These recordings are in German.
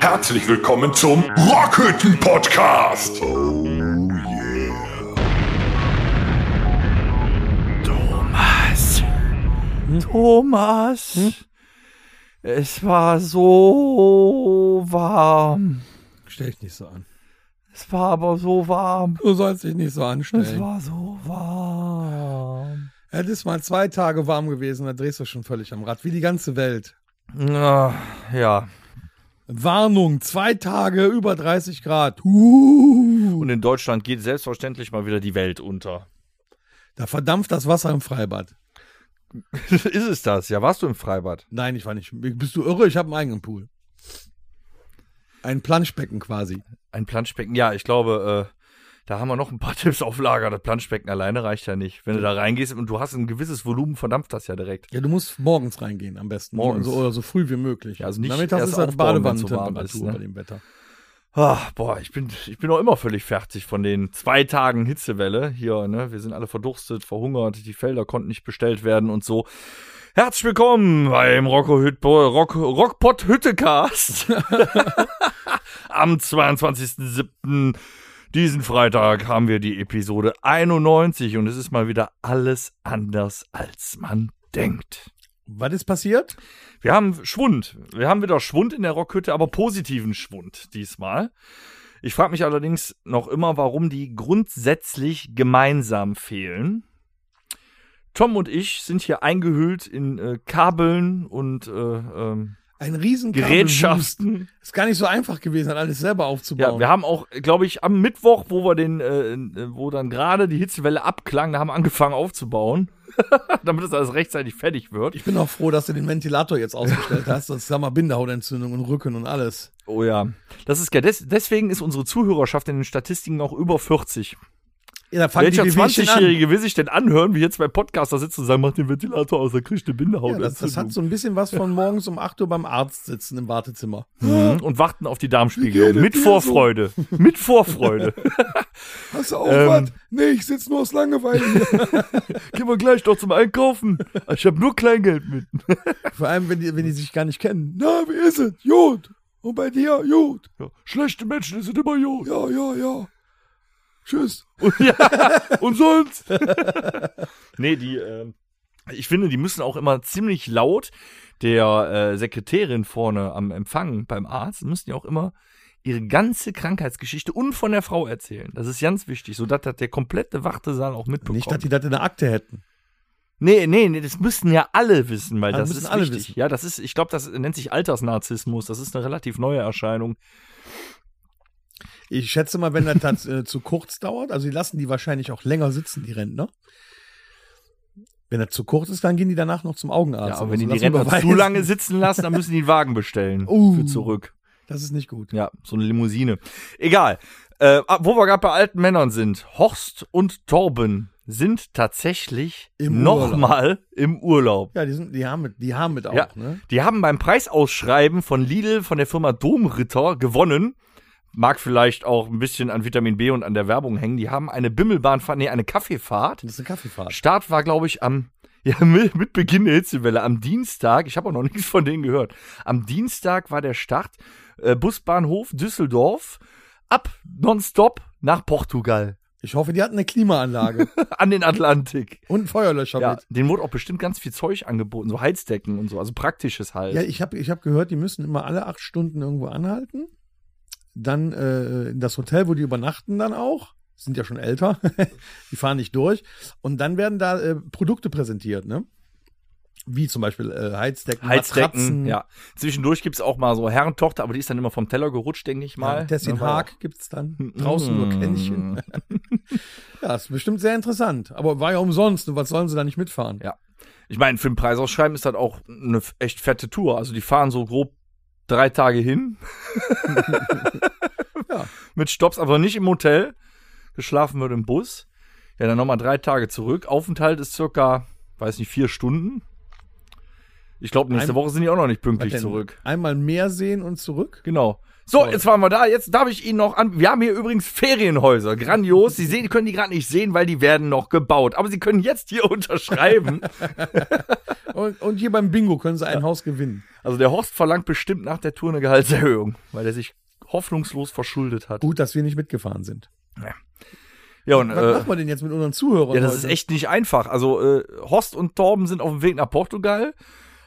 Herzlich willkommen zum Rockhütten Podcast. Oh Thomas. Thomas. Hm? Es war so warm. Stell dich nicht so an. Es war aber so warm. Du sollst dich nicht so Es anstellen. war so warm. Es ist mal zwei Tage warm gewesen, da drehst du schon völlig am Rad, wie die ganze Welt. Ah, Ja. Warnung, zwei Tage über 30 Grad. Huhu. Und in Deutschland geht selbstverständlich mal wieder die Welt unter. Da verdampft das Wasser im Freibad. ist es das? Ja, warst du im Freibad? Nein, ich war nicht. Bist du irre? Ich habe einen eigenen Pool. Ein Planschbecken quasi. Ein Planschbecken? Ja, ich glaube, äh, da haben wir noch ein paar Tipps auf Lager. Das Planschbecken alleine reicht ja nicht. Wenn du da reingehst und du hast ein gewisses Volumen, verdampft das ja direkt. Ja, du musst morgens reingehen am besten. Morgens. So, oder so früh wie möglich. Ja, also nicht Nachmittags erst ist halt aufbauen, wenn's so warm Badewannentemperatur ist, ne? bei dem Wetter. Ah, boah, ich bin, ich bin auch immer völlig fertig von den zwei Tagen Hitzewelle hier. Ne? Wir sind alle verdurstet, verhungert, die Felder konnten nicht bestellt werden und so. Herzlich willkommen beim Rocco Hüt Rock, Rockpot Hüttecast. Am 22.07. diesen Freitag haben wir die Episode 91 und es ist mal wieder alles anders, als man denkt. Was ist passiert? Wir haben Schwund. Wir haben wieder Schwund in der Rockhütte, aber positiven Schwund diesmal. Ich frage mich allerdings noch immer, warum die grundsätzlich gemeinsam fehlen. Tom und ich sind hier eingehüllt in äh, Kabeln und äh, ähm, Ein riesen Gerätschaften. Ist gar nicht so einfach gewesen, das alles selber aufzubauen. Ja, wir haben auch, glaube ich, am Mittwoch, wo wir den, äh, äh, wo dann gerade die Hitzewelle abklang, da haben wir angefangen aufzubauen, damit das alles rechtzeitig fertig wird. Ich bin auch froh, dass du den Ventilator jetzt ausgestellt hast. Das haben wir Bindehautentzündung und Rücken und alles. Oh ja, das ist geil. Des, deswegen ist unsere Zuhörerschaft in den Statistiken auch über 40. Ja, da fangen Welcher die Wehwehchen an. 20-Jährige will sich denn anhören, wie hier zwei Podcaster sitzen und sagen, mach den Ventilator aus, dann kriegst du eine Bindehaut. Ja, das, das hat so ein bisschen was von morgens um 8 Uhr beim Arzt sitzen im Wartezimmer. Mhm. und warten auf die Darmspiegelung. Mit Vorfreude. Mit Vorfreude. Hast du auch Ähm. was? Nee, ich sitze nur aus Langeweile hier. Gehen wir gleich doch zum Einkaufen. Ich habe nur Kleingeld mit. Vor allem, wenn die, wenn die sich gar nicht kennen. Na, wie ist es? Jod. Und bei dir? Jod. Schlechte Menschen sind immer jung. Ja, ja, ja. Tschüss. Und, ja, und sonst? nee, die, ähm, ich finde, die müssen auch immer ziemlich laut der äh, Sekretärin vorne am Empfang beim Arzt, müssen die auch immer ihre ganze Krankheitsgeschichte und von der Frau erzählen. Das ist ganz wichtig, sodass das der komplette Wartesaal auch mitbekommt. Nicht, dass die das in der Akte hätten. nee, nee, nee, das müssen ja alle wissen, weil Ah, das müssen ist alle wichtig. wissen. Ja, das ist, ich glaube, das nennt sich Altersnarzissmus. Das ist eine relativ neue Erscheinung. Ich schätze mal, wenn das dann äh, zu kurz dauert, also die lassen die wahrscheinlich auch länger sitzen, die Rentner. Wenn das zu kurz ist, dann gehen die danach noch zum Augenarzt. Ja, oder und wenn so. die die Also Lass Rentner mich mal zu weisen. lange sitzen lassen, dann müssen die einen Wagen bestellen Uh. für zurück. Das ist nicht gut. Ja, so eine Limousine. Egal. Äh, ah, wo wir gerade bei alten Männern sind, Horst und Torben sind tatsächlich Im nochmal im Urlaub. Ja, die, sind, die, haben mit, die haben mit auch, Ja. ne? Die haben beim Preisausschreiben von Lidl von der Firma Domritter gewonnen. Mag vielleicht auch ein bisschen an Vitamin B und an der Werbung hängen. Die haben eine Bimmelbahnfahrt, nee, eine Kaffeefahrt. Das ist eine Kaffeefahrt. Start war, glaube ich, am ja, mit, mit Beginn der Hitzewelle, am Dienstag, ich habe auch noch nichts von denen gehört, am Dienstag war der Start, äh, Busbahnhof Düsseldorf, ab nonstop nach Portugal, Ich hoffe, die hatten eine Klimaanlage an den Atlantik. und einen Feuerlöscher Ja, mit. denen wurde auch bestimmt ganz viel Zeug angeboten, so Heizdecken und so, also praktisches halt. Ja, ich habe ich hab gehört, die müssen immer alle acht Stunden irgendwo anhalten. Dann äh, in das Hotel, wo die übernachten, dann auch. Sind ja schon älter. die fahren nicht durch. Und dann werden da äh, Produkte präsentiert, ne? Wie zum Beispiel äh, Heizdecken, Matratzen. Heizdecken, ja. Zwischendurch gibt's auch mal so Herrentochter, aber die ist dann immer vom Teller gerutscht, denke ich mal. Ja, Tessin Ne, Mm. weil- Haag gibt's dann. Hm, Draußen nur Kännchen. Ja, ist bestimmt sehr interessant. Aber war ja umsonst. Und was sollen sie da nicht mitfahren? Ja. Ich meine, für den Preisausschreiben ist das auch eine f- echt fette Tour. Also die fahren so grob drei Tage hin. Ja. Mit Stops, aber nicht im Hotel. Geschlafen wird im Bus. Ja, dann nochmal drei Tage zurück. Aufenthalt ist circa, weiß nicht, vier Stunden. Ich glaube, nächste Ein- Woche sind die auch noch nicht Was pünktlich denn? zurück. Einmal mehr sehen und zurück? Genau. So, Toll. jetzt waren wir da. Jetzt darf ich Ihnen noch an. Wir haben hier übrigens Ferienhäuser. Grandios. Sie sehen, können die gerade nicht sehen, weil die werden noch gebaut. Aber Sie können jetzt hier unterschreiben. Und, und hier beim Bingo können sie ein Haus gewinnen. Also der Horst verlangt bestimmt nach der Tour eine Gehaltserhöhung, weil er sich hoffnungslos verschuldet hat. Gut, dass wir nicht mitgefahren sind. Ja, und Was äh, machen wir denn jetzt mit unseren Zuhörern? ja, das ist heute? echt nicht einfach. Also äh, Horst und Torben sind auf dem Weg nach Portugal.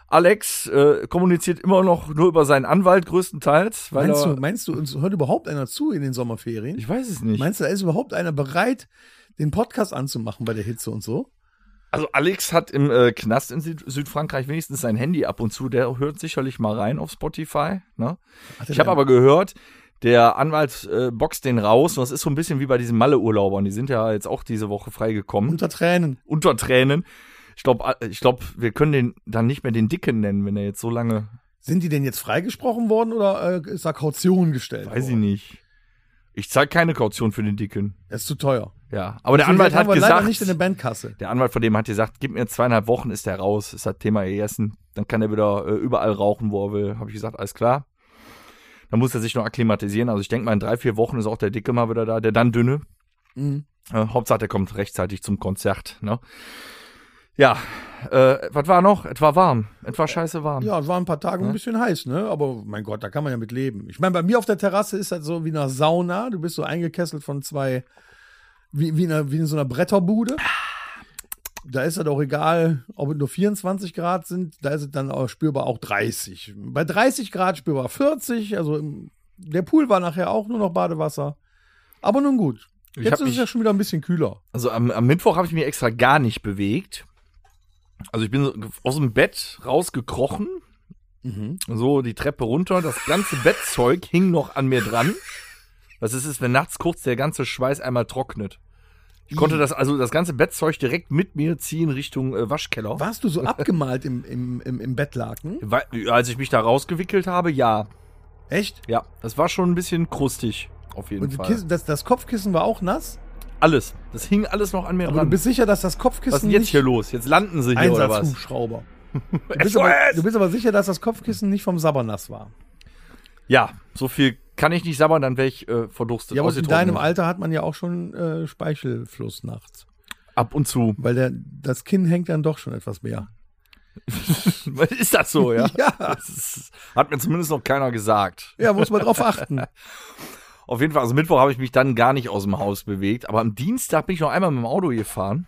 Alex äh, kommuniziert immer noch nur über seinen Anwalt größtenteils, weil Meinst er, du, meinst du, uns hört überhaupt einer zu in den Sommerferien? ich weiß es nicht. Meinst du, da ist überhaupt einer bereit, den Podcast anzumachen bei der Hitze und so? Also Alex hat im äh, Knast in Süd Südfrankreich wenigstens sein Handy ab und zu. Der hört sicherlich mal rein auf Spotify. Ne? Hat er Ich habe denn- aber gehört, der Anwalt äh, boxt den raus. Und das ist so ein bisschen wie bei diesen Malle-Urlaubern. Die sind ja jetzt auch diese Woche freigekommen. unter Tränen. Unter Tränen. Ich glaube, ich glaub, wir können den dann nicht mehr den Dicken nennen, wenn er jetzt so lange. Sind die denn jetzt freigesprochen worden oder äh, ist da Kaution gestellt? Weiß ich worden? nicht. Ich zahle keine Kaution für den Dicken. Das ist zu teuer. Ja. Aber der Deswegen Anwalt haben hat wir gesagt. leider nicht in der Bandkasse. Der Anwalt von dem hat gesagt, gib mir zweieinhalb Wochen, ist der raus, ist das Thema gegessen. Dann kann er wieder äh, überall rauchen, wo er will. Habe ich gesagt, alles klar. Dann muss er sich noch akklimatisieren. Also ich denke mal, in drei, vier Wochen ist auch der Dicke mal wieder da, der dann dünne. Mhm. Äh, Hauptsache, der kommt rechtzeitig zum Konzert. Ne? Ja, äh, was war noch? Es war warm. Es war scheiße warm. Ja, es war ein paar Tage ein bisschen heiß, ne? Aber mein Gott, da kann man ja mit leben. Ich meine, bei mir auf der Terrasse ist das so wie eine Sauna. Du bist so eingekesselt von zwei, wie, wie, in einer, wie in so einer Bretterbude. Da ist das auch egal, ob es nur 24 Grad sind, da ist es dann auch spürbar auch 30. Bei 30 Grad spürbar 40. Also im- der Pool war nachher auch nur noch Badewasser. Aber nun gut. Ich Jetzt hab ist es mich- ja schon wieder ein bisschen kühler. Also am, am Mittwoch habe ich mich extra gar nicht bewegt. Also ich bin so aus dem Bett rausgekrochen, Mhm. so die Treppe runter, das ganze Bettzeug hing noch an mir dran. Was ist es, wenn nachts kurz der ganze Schweiß einmal trocknet? Ich konnte das also das ganze Bettzeug direkt mit mir ziehen Richtung äh, Waschkeller. Warst du so abgemalt im, im, im, im Bettlaken? Weil, als ich mich da rausgewickelt habe, ja, Echt? ja, das war schon ein bisschen krustig auf jeden Und die Fall. Kissen, das, das Kopfkissen war auch nass? Alles, das hing alles noch an mir Aber du dran. bist sicher, dass das was ist Kopfkissen denn jetzt nicht hier los? Jetzt landen sie hier oder was? Einsatzhubschrauber. Du bist, aber, SOS! du bist aber sicher, dass das Kopfkissen nicht vom Sabbernass war. Ja, so viel kann ich nicht sabbern, dann wäre ich äh, verdurstet. Ja, aber in ausgetrocknet. deinem Alter hat man ja auch schon äh, Speichelfluss nachts. Ab und zu. Weil der, das Kinn hängt dann doch schon etwas mehr. ist das so, ja? Ja, Das ist, hat mir zumindest noch keiner gesagt. ja muss man drauf achten. Auf jeden Fall, also Mittwoch habe ich mich dann gar nicht aus dem Haus bewegt, aber am Dienstag bin ich noch einmal mit dem Auto gefahren.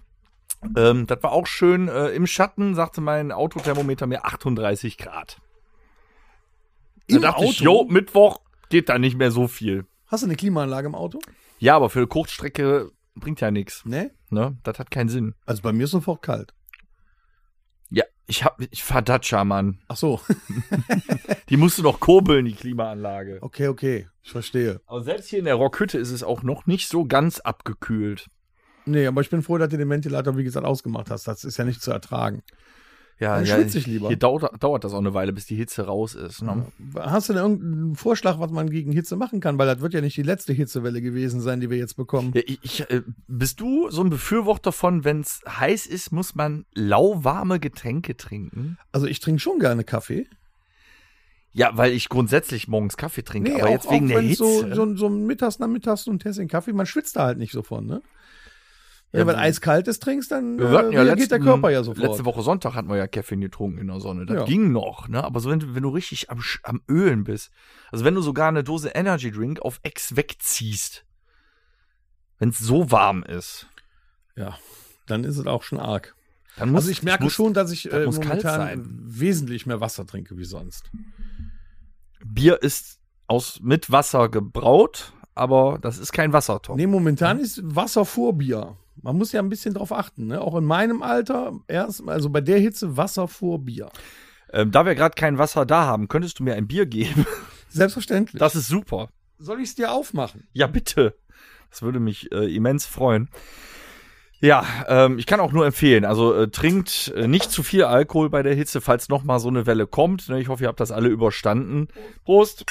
Ähm, das war auch schön. Äh, Im Schatten sagte mein Autothermometer mir 38 Grad. Da Im dachte ich, Auto? jo, Mittwoch geht da nicht mehr so viel. Hast du eine Klimaanlage im Auto? Ja, aber für eine Kurzstrecke bringt ja nichts. Ne? Ne? Das hat keinen Sinn. Also bei mir ist sofort kalt. Ja, ich hab, ich fahr Dacia, Mann. Ach so. Die musste noch kurbeln, die Klimaanlage. Okay, okay. Ich verstehe. Aber selbst hier in der Rockhütte ist es auch noch nicht so ganz abgekühlt. Nee, aber ich bin froh, dass du den Ventilator, wie gesagt, ausgemacht hast. Das ist ja nicht zu ertragen. Ja, Dann schwitze ich lieber. Hier dauert, dauert das auch eine Weile, bis die Hitze raus ist. Ne? Hast du denn irgendeinen Vorschlag, was man gegen Hitze machen kann? Weil das wird ja nicht die letzte Hitzewelle gewesen sein, die wir jetzt bekommen. Ja, ich, ich, äh, bist du so ein Befürworter von, wenn es heiß ist, muss man lauwarme Getränke trinken? Also ich trinke schon gerne Kaffee. Ja, weil ich grundsätzlich morgens Kaffee trinke, aber jetzt wegen der wenn's Hitze. So, so, so mittags, nachmittags und Tässchen Kaffee, man schwitzt da halt nicht so von, ne? Wenn Ja, du was wir- eiskaltes trinkst, dann äh, wir hatten ja letzten, reagiert der Körper ja sofort. letzte Woche Sonntag hatten wir ja Kaffee getrunken in der Sonne. Das Ja. ging noch, ne? Aber so wenn, du- wenn du richtig am, Sch- am Ölen bist, also wenn du sogar eine Dose Energy Drink auf Ex wegziehst, wenn es so warm ist, Ja, dann ist es auch schon arg. dann muss also ich merke muss- schon, dass ich das äh, muss kalt momentan sein. wesentlich mehr Wasser trinke wie sonst. Bier ist aus mit Wasser gebraut, aber das ist kein Wassertopf. Nee, momentan ist Wasser vor Bier. Man muss ja ein bisschen drauf achten, ne? Auch in meinem Alter, erst, also bei der Hitze Wasser vor Bier. Ähm, da wir gerade kein Wasser da haben, könntest du mir ein Bier geben. Selbstverständlich. Das ist super. Soll ich es dir aufmachen? Ja, bitte. Das würde mich äh, immens freuen. Ja, ähm, ich kann auch nur empfehlen, also äh, trinkt äh, nicht zu viel Alkohol bei der Hitze, falls noch mal so eine Welle kommt. Ne, ich hoffe, ihr habt das alle überstanden. Prost.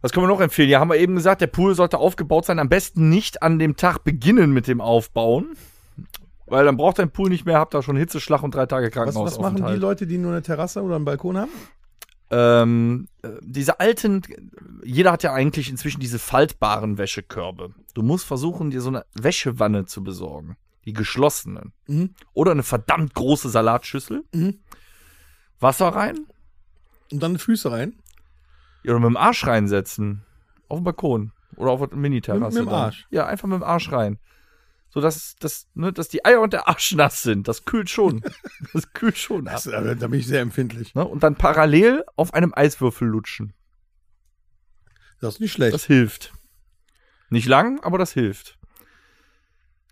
Was können wir noch empfehlen? Ja, haben wir eben gesagt, der Pool sollte aufgebaut sein. Am besten nicht an dem Tag beginnen mit dem Aufbauen, weil dann braucht dein Pool nicht mehr, habt da schon Hitzeschlag und drei Tage Was, was machen die Krankenhausaufenthalt. Leute, die nur eine Terrasse oder einen Balkon haben? Ähm, äh, diese alten, jeder hat ja eigentlich inzwischen diese faltbaren Wäschekörbe. Du musst versuchen, dir so eine Wäschewanne zu besorgen. die geschlossenen. Mhm. Oder eine verdammt große Salatschüssel. Mhm. Wasser rein Und dann Füße rein. oder mit dem Arsch reinsetzen. Auf dem Balkon. Oder auf der Miniterrasse. Mit- mit dem dann. Arsch. Ja, einfach mit dem Arsch rein. So dass, dass, ne, dass die Eier und der Arsch nass sind. Das kühlt schon. Das kühlt schon ab. Das, äh, da bin ich sehr empfindlich. Ne? Und dann parallel auf einem Eiswürfel lutschen. Das ist nicht schlecht. Das hilft. Nicht lang, aber das hilft.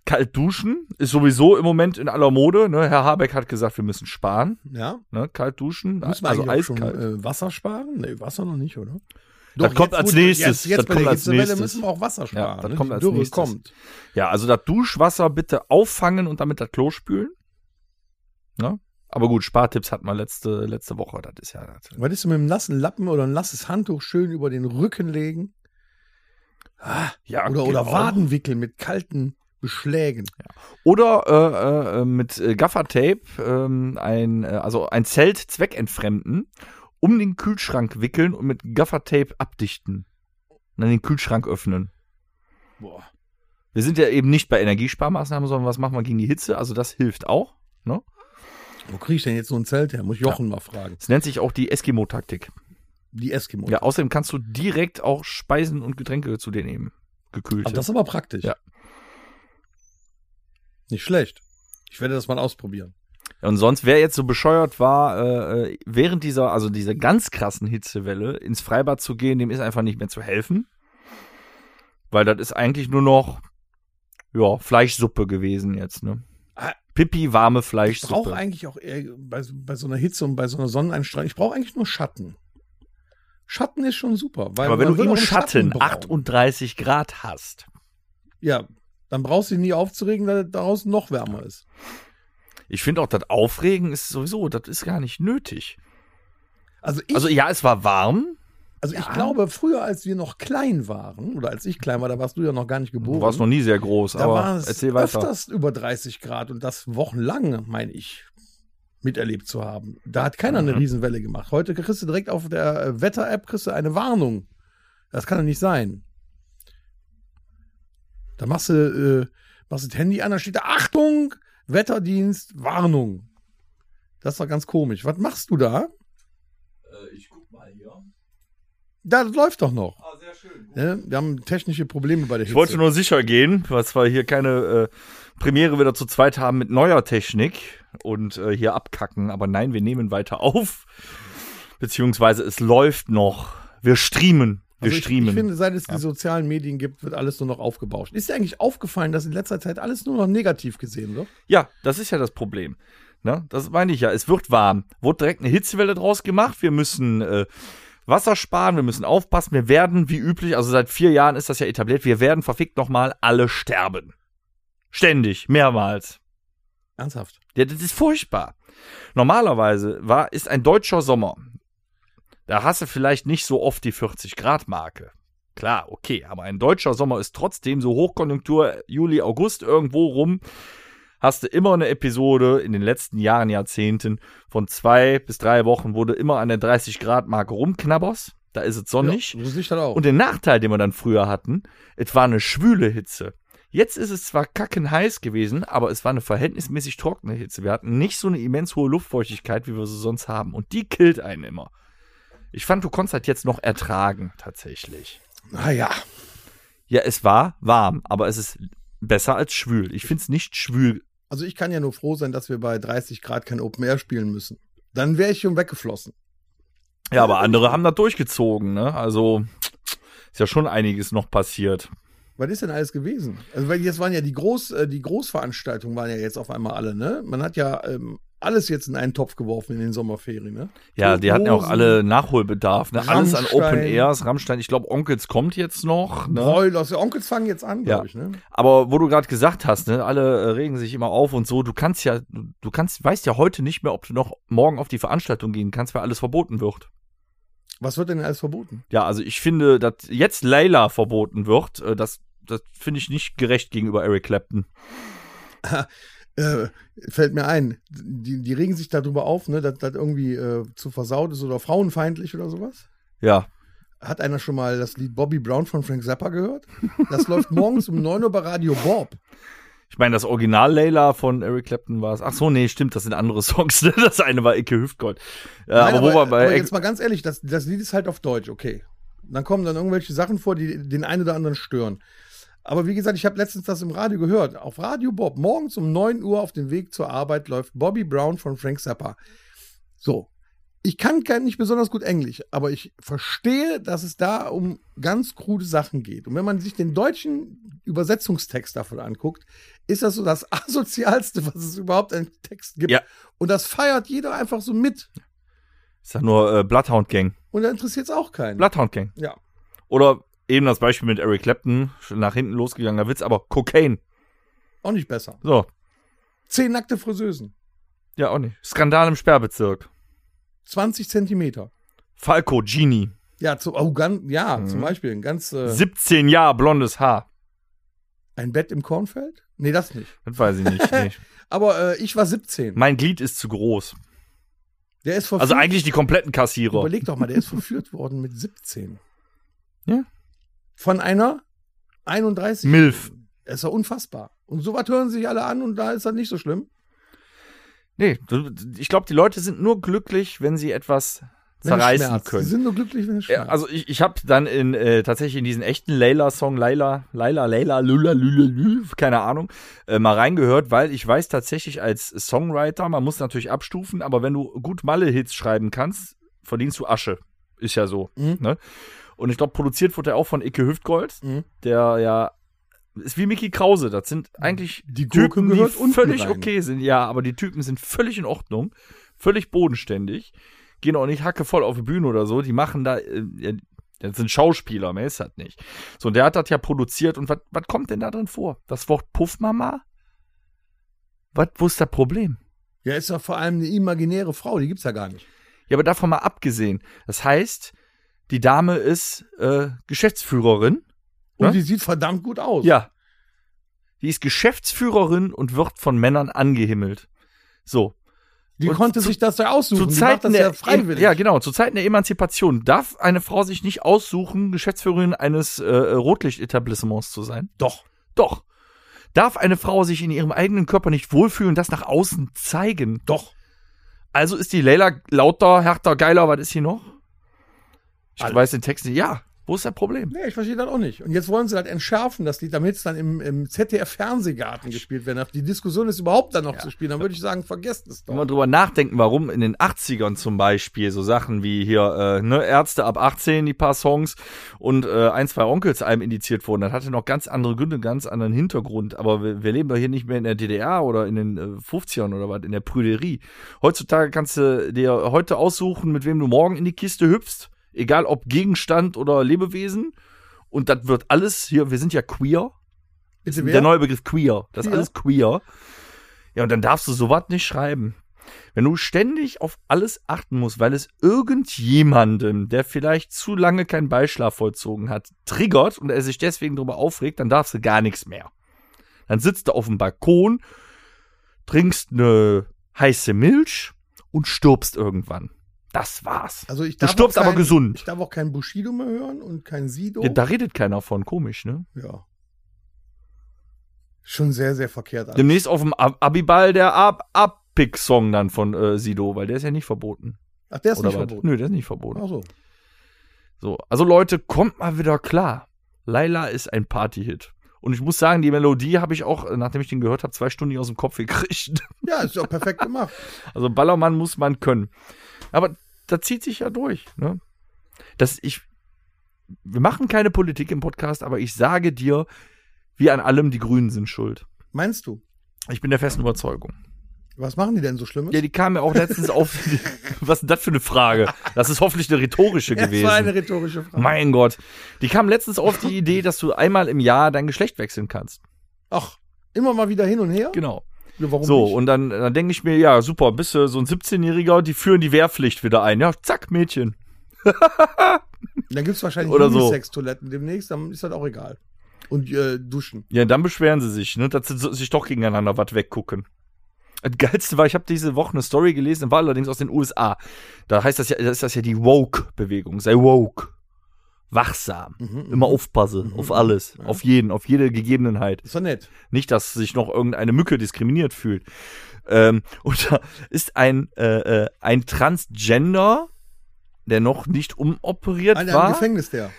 Kalt duschen ist sowieso im Moment in aller Mode. Ne? Herr Habeck hat gesagt, wir müssen sparen. ja. Ne? Kalt duschen, Muss man also eigentlich auch schon eiskalt. äh, Wasser sparen? Nee, Wasser noch nicht, oder? Das kommt jetzt, als wo- nächstes. Jetzt, jetzt Das bei kommt der als Hitzewelle nächstes. müssen wir auch Wasser sparen. das ne? kommt Die als Dürre nächstes. kommt. ja, also das Duschwasser bitte auffangen und damit das Klo spülen. Ne? Aber gut, Spartipps hatten wir letzte, letzte Woche. Das ist ja das. Was ist denn mit einem nassen Lappen oder ein nasses Handtuch schön über den Rücken legen? Ja, Oder, oder genau. Wadenwickel mit kalten Beschlägen. Oder äh, äh, mit äh, Gaffertape ähm, ein, äh, also ein Zelt zweckentfremden, um den Kühlschrank wickeln und mit Gaffertape abdichten. Und dann den Kühlschrank öffnen. Boah. Wir sind ja eben nicht bei Energiesparmaßnahmen, sondern was machen wir gegen die Hitze? Also das hilft auch. Ne? Wo kriege ich denn jetzt so ein Zelt her? Muss ich Jochen mal fragen. Es nennt sich auch die Eskimo-Taktik. Die Eskimo. Ja, außerdem kannst du direkt auch Speisen und Getränke zu dir nehmen. Gekühlt. Aber das ist aber praktisch. Ja. Nicht schlecht. Ich werde das mal ausprobieren. Und sonst, wer jetzt so bescheuert war, äh, äh, während dieser, also dieser ganz krassen Hitzewelle ins Freibad zu gehen, dem ist einfach nicht mehr zu helfen. Weil das ist eigentlich nur noch, ja, Fleischsuppe gewesen jetzt, ne? Ah. Pipi, warme Ich brauche Fleischsuppe. eigentlich auch eher bei, so- bei so einer Hitze und bei so einer Sonneneinstrahlung, ich brauche eigentlich nur Schatten. Schatten ist schon super. Weil Aber wenn man du will im auch einen Schatten brauchen. 38 Grad hast, Ja, dann brauchst du dich nie aufzuregen, dass es daraus noch wärmer ist. ich finde auch, das Aufregen ist sowieso, das ist gar nicht nötig. Also ich, Also also, ja, es war warm. ich glaube, früher, als wir noch klein waren, oder als ich klein war, da warst du ja noch gar nicht geboren. Du warst noch nie sehr groß, da aber war es erzähl weiter. öfters über 30 Grad und das wochenlang, meine ich, miterlebt zu haben. Da hat keiner Mhm. eine Riesenwelle gemacht. Heute kriegst du direkt auf der äh, Wetter-App kriegst du eine Warnung. Das kann doch nicht sein. Da machst du, äh, machst du das Handy an, da steht da Achtung, Wetterdienst, Warnung. Das ist doch ganz komisch. Was machst du da? Äh, Ich guck mal hier. Da, das läuft doch noch. Ah, sehr schön. Ne? Wir haben technische Probleme bei der Hitze. Ich wollte nur sicher gehen, was wir hier keine äh, Premiere wieder zu zweit haben mit neuer Technik und äh, hier abkacken. Aber nein, wir nehmen weiter auf. Beziehungsweise es läuft noch. Wir streamen. Wir Also ich, streamen. Ich finde, seit es die sozialen Medien gibt, wird alles nur noch aufgebauscht. Ist dir eigentlich aufgefallen, dass in letzter Zeit alles nur noch negativ gesehen wird? ja, das ist ja das Problem. Ne? Das meine ich ja. Es wird warm. Wurde direkt eine Hitzewelle draus gemacht. Wir müssen äh, Wasser sparen. Wir müssen aufpassen. Wir werden, wie üblich, also seit vier Jahren ist das ja etabliert, wir werden verfickt nochmal alle sterben. Ständig. Mehrmals. Ernsthaft? Ja, das ist furchtbar. Normalerweise war, ist ein deutscher Sommer. Da hast du vielleicht nicht so oft die 40-Grad-Marke. Klar, okay, aber ein deutscher Sommer ist trotzdem so Hochkonjunktur, Juli, August irgendwo rum. Hast du immer eine Episode in den letzten Jahren, Jahrzehnten von zwei bis drei Wochen, wo du immer an der 30-Grad-Marke rumknabberst. Da ist es sonnig. Ja, so sehe ich das auch. Oh. Und den Nachteil, den wir dann früher hatten, es war eine schwüle Hitze. Jetzt ist es zwar kackenheiß gewesen, aber es war eine verhältnismäßig trockene Hitze. Wir hatten nicht so eine immens hohe Luftfeuchtigkeit, wie wir sie sonst haben. Und die killt einen immer. Ich fand, du konntest das jetzt noch ertragen, tatsächlich. naja, Ja, es war warm, aber es ist besser als schwül. Ich finde es nicht schwül. also ich kann ja nur froh sein, dass wir bei 30 Grad kein Open Air spielen müssen. Dann wäre ich schon weggeflossen. Ja, aber andere haben das durchgezogen, ne? Also ist ja schon einiges noch passiert. Was ist denn alles gewesen? Also weil jetzt waren ja die Groß, äh, die Großveranstaltungen waren ja jetzt auf einmal alle, ne? Man hat ja ähm, alles jetzt in einen Topf geworfen in den Sommerferien, ne? Ja, die hatten ja auch Hosen, alle Nachholbedarf. Ne? Alles an Rammstein. Open Airs, Rammstein. Ich glaube, Onkels kommt jetzt noch. Ne? Broilers, ja, Onkels fangen jetzt an, Ja. glaube ich, ne? Aber wo du gerade gesagt hast, ne, alle äh, regen sich immer auf und so. Du kannst ja, du du kannst, weißt ja heute nicht mehr, ob du noch morgen auf die Veranstaltung gehen kannst, weil alles verboten wird. Was wird denn alles verboten? Ja, also ich finde, dass jetzt Layla verboten wird, äh, das, das finde ich nicht gerecht gegenüber Eric Clapton. äh, fällt mir ein, die, die regen sich darüber auf, ne, dass das irgendwie äh, zu versaut ist oder frauenfeindlich oder sowas. Ja, Hat einer schon mal das Lied Bobby Brown von Frank Zappa gehört? Das läuft morgens um 9 Uhr bei Radio Bob. Ich meine, das Original Layla von Eric Clapton war es. Ach so, nee, stimmt, das sind andere Songs. ne? Das eine war Icke Hüftgold. Äh, Nein, aber, wo wir bei aber jetzt mal ganz ehrlich, das, das Lied ist halt auf Deutsch, okay. Dann kommen dann irgendwelche Sachen vor, die den einen oder anderen stören. Aber wie gesagt, ich habe letztens das im Radio gehört. Auf Radio Bob, morgens um 9 Uhr auf dem Weg zur Arbeit läuft Bobby Brown von Frank Zappa. So. Ich kann kein, nicht besonders gut Englisch, aber ich verstehe, dass es da um ganz krude Sachen geht. Und wenn man sich den deutschen Übersetzungstext davon anguckt, ist das so das asozialste, was es überhaupt an Text gibt. Ja. Und das feiert jeder einfach so mit. ich sag nur äh, Bloodhound Gang. Und da interessiert es auch keinen. Bloodhound Gang. Ja. Oder eben das Beispiel mit Eric Clapton, schon nach hinten losgegangener Witz, aber Cocaine. Auch nicht besser. So, Zehn nackte Friseusen. ja auch nicht. Skandal im Sperrbezirk. 20 Zentimeter. Falco Genie. Ja, zu, oh, ganz, ja Mhm. zum Beispiel ein ganz. Äh, 17 Jahre blondes Haar. ein Bett im Kornfeld? Nee, das nicht. Das weiß ich nicht. Nee. Aber äh, ich war 17. Mein Glied ist zu groß. Der ist verführt. Also eigentlich die kompletten Kassierer. Überleg doch mal, der ist verführt worden mit 17. Ja. Von einer 31. Milf. Das ist ja unfassbar. Und sowas hören sich alle an und da ist das nicht so schlimm. Nee, du- ich glaube, die Leute sind nur glücklich, wenn sie etwas Wenn es zerreißen schmerzt. Sie können. sind nur glücklich, wenn es Ja, schmerzt. also ich, ich habe dann in äh, tatsächlich in diesen echten Layla-Song, Layla, Layla, Layla, Lula, Lula, Lula, keine Ahnung, äh, mal reingehört, weil ich weiß tatsächlich als Songwriter, man muss natürlich abstufen, aber wenn du gut Malle-Hits schreiben kannst, verdienst du Asche. Ist ja so. Mhm. Ne? Und ich glaube, produziert wurde er auch von Icke Hüftgold, Mhm. der ja ist wie Mickey Krause. Das sind eigentlich Die Gurke Typen, die gehört unten völlig rein. okay sind. Ja, aber die Typen sind völlig in Ordnung, völlig bodenständig, gehen auch nicht hackevoll auf die Bühne oder so. Die machen da, äh, ja, das sind Schauspieler, mehr ist das nicht. So, und der hat das ja produziert. Und was was kommt denn da drin vor? Das Wort Puffmama? Was, wo ist das Problem? ja, ist doch vor allem eine imaginäre Frau, die gibt's ja gar nicht. Ja, aber davon mal abgesehen. Das heißt, die Dame ist äh, Geschäftsführerin. Und Ne? die sieht verdammt gut aus. Ja. Die ist Geschäftsführerin und wird von Männern angehimmelt. So. Die Und konnte zu- sich das ja aussuchen. Zu die Zeiten macht das der, ja freiwillig. Ja, genau. Zu Zeiten der Emanzipation darf eine Frau sich nicht aussuchen, Geschäftsführerin eines äh, Rotlichtetablissements zu sein. Doch. Doch. Darf eine Frau sich in ihrem eigenen Körper nicht wohlfühlen und das nach außen zeigen? Doch. Also ist die Leila lauter, härter, geiler, was ist hier noch? Ich Alles. weiß den Text nicht. Ja, wo ist das Problem? Nee, ich verstehe das auch nicht. Und jetzt wollen sie das entschärfen, das Lied, damit es dann im, im ZDF-Fernsehgarten gespielt werden darf. Die Diskussion ist überhaupt dann noch zu spielen. Dann würde ich sagen, vergesst es Wenn wir doch. drüber nachdenken, warum in den 80ern zum Beispiel so Sachen wie hier äh, ne, Ärzte ab 18, die paar Songs und äh, ein, zwei Onkels einem indiziert wurden, das hatte noch ganz andere Gründe, ganz anderen Hintergrund. Aber wir, wir leben doch hier nicht mehr in der DDR oder in den äh, 50ern oder was, in der Prüderie. Heutzutage kannst du dir heute aussuchen, mit wem du morgen in die Kiste hüpfst, egal ob Gegenstand oder Lebewesen. Und das wird alles hier, wir sind ja queer, Bitte der neue Begriff queer. Das ist Queer. alles queer. Ja, und dann darfst du sowas nicht schreiben. Wenn du ständig auf alles achten musst, weil es irgendjemandem, der vielleicht zu lange keinen Beischlaf vollzogen hat, triggert und er sich deswegen darüber aufregt, dann darfst du gar nichts mehr. Dann sitzt du auf dem Balkon, trinkst eine heiße Milch und stirbst irgendwann. Das war's. Also ich du darf stirbst auch kein, aber Ich gesund. darf auch kein Bushido mehr hören und kein Sido. Ja, da redet keiner von, komisch, ne? Ja. Schon sehr, sehr verkehrt. alles. Demnächst auf dem Ab- Abiball der Ab Abpick-Song dann von äh, Sido, weil der ist ja nicht verboten. Ach, der ist Oder nicht was? verboten. Oh. Nö, der ist nicht verboten. Ach so. So, also Leute, kommt mal wieder klar. Laila ist ein Party-Hit. Und ich muss sagen, die Melodie habe ich auch, äh, nachdem ich den gehört habe, zwei Stunden nicht aus dem Kopf gekriegt. Ja, ist doch perfekt gemacht. Also Ballermann muss man können. Aber das zieht sich ja durch. Ne? Das, ich, wir machen keine Politik im Podcast, aber ich sage dir, wie an allem, die Grünen sind schuld. Meinst du? Ich bin der festen Überzeugung. Was machen die denn so Schlimmes? Ja, die kam ja auch letztens auf. Was ist denn das für eine Frage? Das ist hoffentlich eine rhetorische das war eine gewesen. rhetorische Frage. Mein Gott. Die kam letztens auf die Idee, dass du einmal im Jahr dein Geschlecht wechseln kannst. Ach, immer mal wieder hin und her? Genau. Ja, warum So, nicht? und dann, dann denke ich mir, ja, super, bist du so ein 17-Jähriger, die führen die Wehrpflicht wieder ein. Ja, zack, Mädchen. Dann gibt es wahrscheinlich Oder so. Unisex-Toiletten demnächst, dann ist das auch egal. Und äh, duschen. Ja, dann beschweren sie sich, ne, dass sie so- sich doch gegeneinander was weggucken. Das Geilste war, ich habe diese Woche eine Story gelesen, war allerdings aus den USA. Da heißt das ja, das ist das ja die Woke-Bewegung, sei woke. wachsam. Mhm. Immer aufpasse, auf alles, auf jeden, auf jede Gegebenheit. Ist doch nett. Nicht, dass sich noch irgendeine Mücke diskriminiert fühlt. Ähm, und da ist ein, äh, äh, ein Transgender, der noch nicht umoperiert Einer im war. Gefängnis, Ah,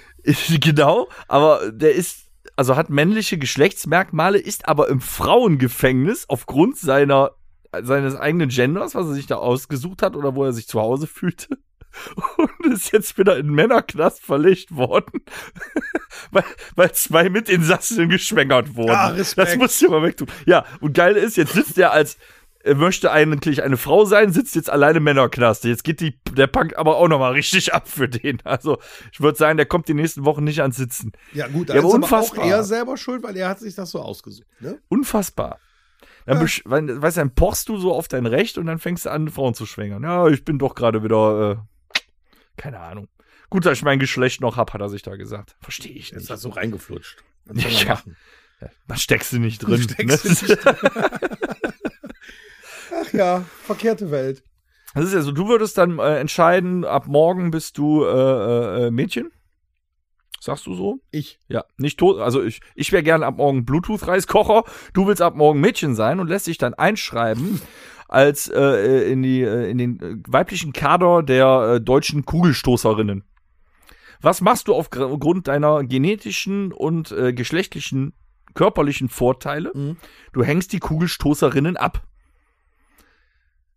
der. genau, aber der ist, also hat männliche Geschlechtsmerkmale, ist aber im Frauengefängnis aufgrund seiner, seines eigenen Genders, was er sich da ausgesucht hat oder wo er sich zu Hause fühlte. Und ist jetzt wieder in den Männerknast verlegt worden, weil, weil zwei Mitinsassen geschwängert wurden. Ah, Respekt. Das musst du mal wegtun. Ja, und geil ist, jetzt sitzt er als, er möchte eigentlich eine Frau sein, sitzt jetzt alleine im Männerknast. Jetzt geht die, der Punk aber auch nochmal richtig ab für den. Also, ich würde sagen, der kommt die nächsten Wochen nicht ans Sitzen. Ja, gut, da Ja, ist aber aber auch unfassbar. er selber schuld, weil er hat sich das so ausgesucht. Ne? Unfassbar. Dann, besch- weil- weißt du, dann pochst du so auf dein Recht und dann fängst du an, Frauen zu schwängern. Ja, ich bin doch gerade wieder, äh, keine Ahnung. Gut, dass ich mein Geschlecht noch hab, hat er sich da gesagt. Verstehe ich nicht. das so reingeflutscht. Was soll man Ja. machen? Da steckst du nicht drin. Steckst du ne? nicht Ach ja, verkehrte Welt. Das ist ja so, du würdest dann äh, entscheiden, ab morgen bist du äh, äh, Mädchen. Sagst du so? Ich. Ja, nicht tot. Also ich, ich wäre gern ab morgen Bluetooth-Reiskocher. Du willst ab morgen Mädchen sein und lässt dich dann einschreiben als äh, in, die, äh, in den äh, weiblichen Kader der äh, deutschen Kugelstoßerinnen. Was machst du aufgrund deiner genetischen und äh, geschlechtlichen körperlichen Vorteile? Mhm. Du hängst die Kugelstoßerinnen ab.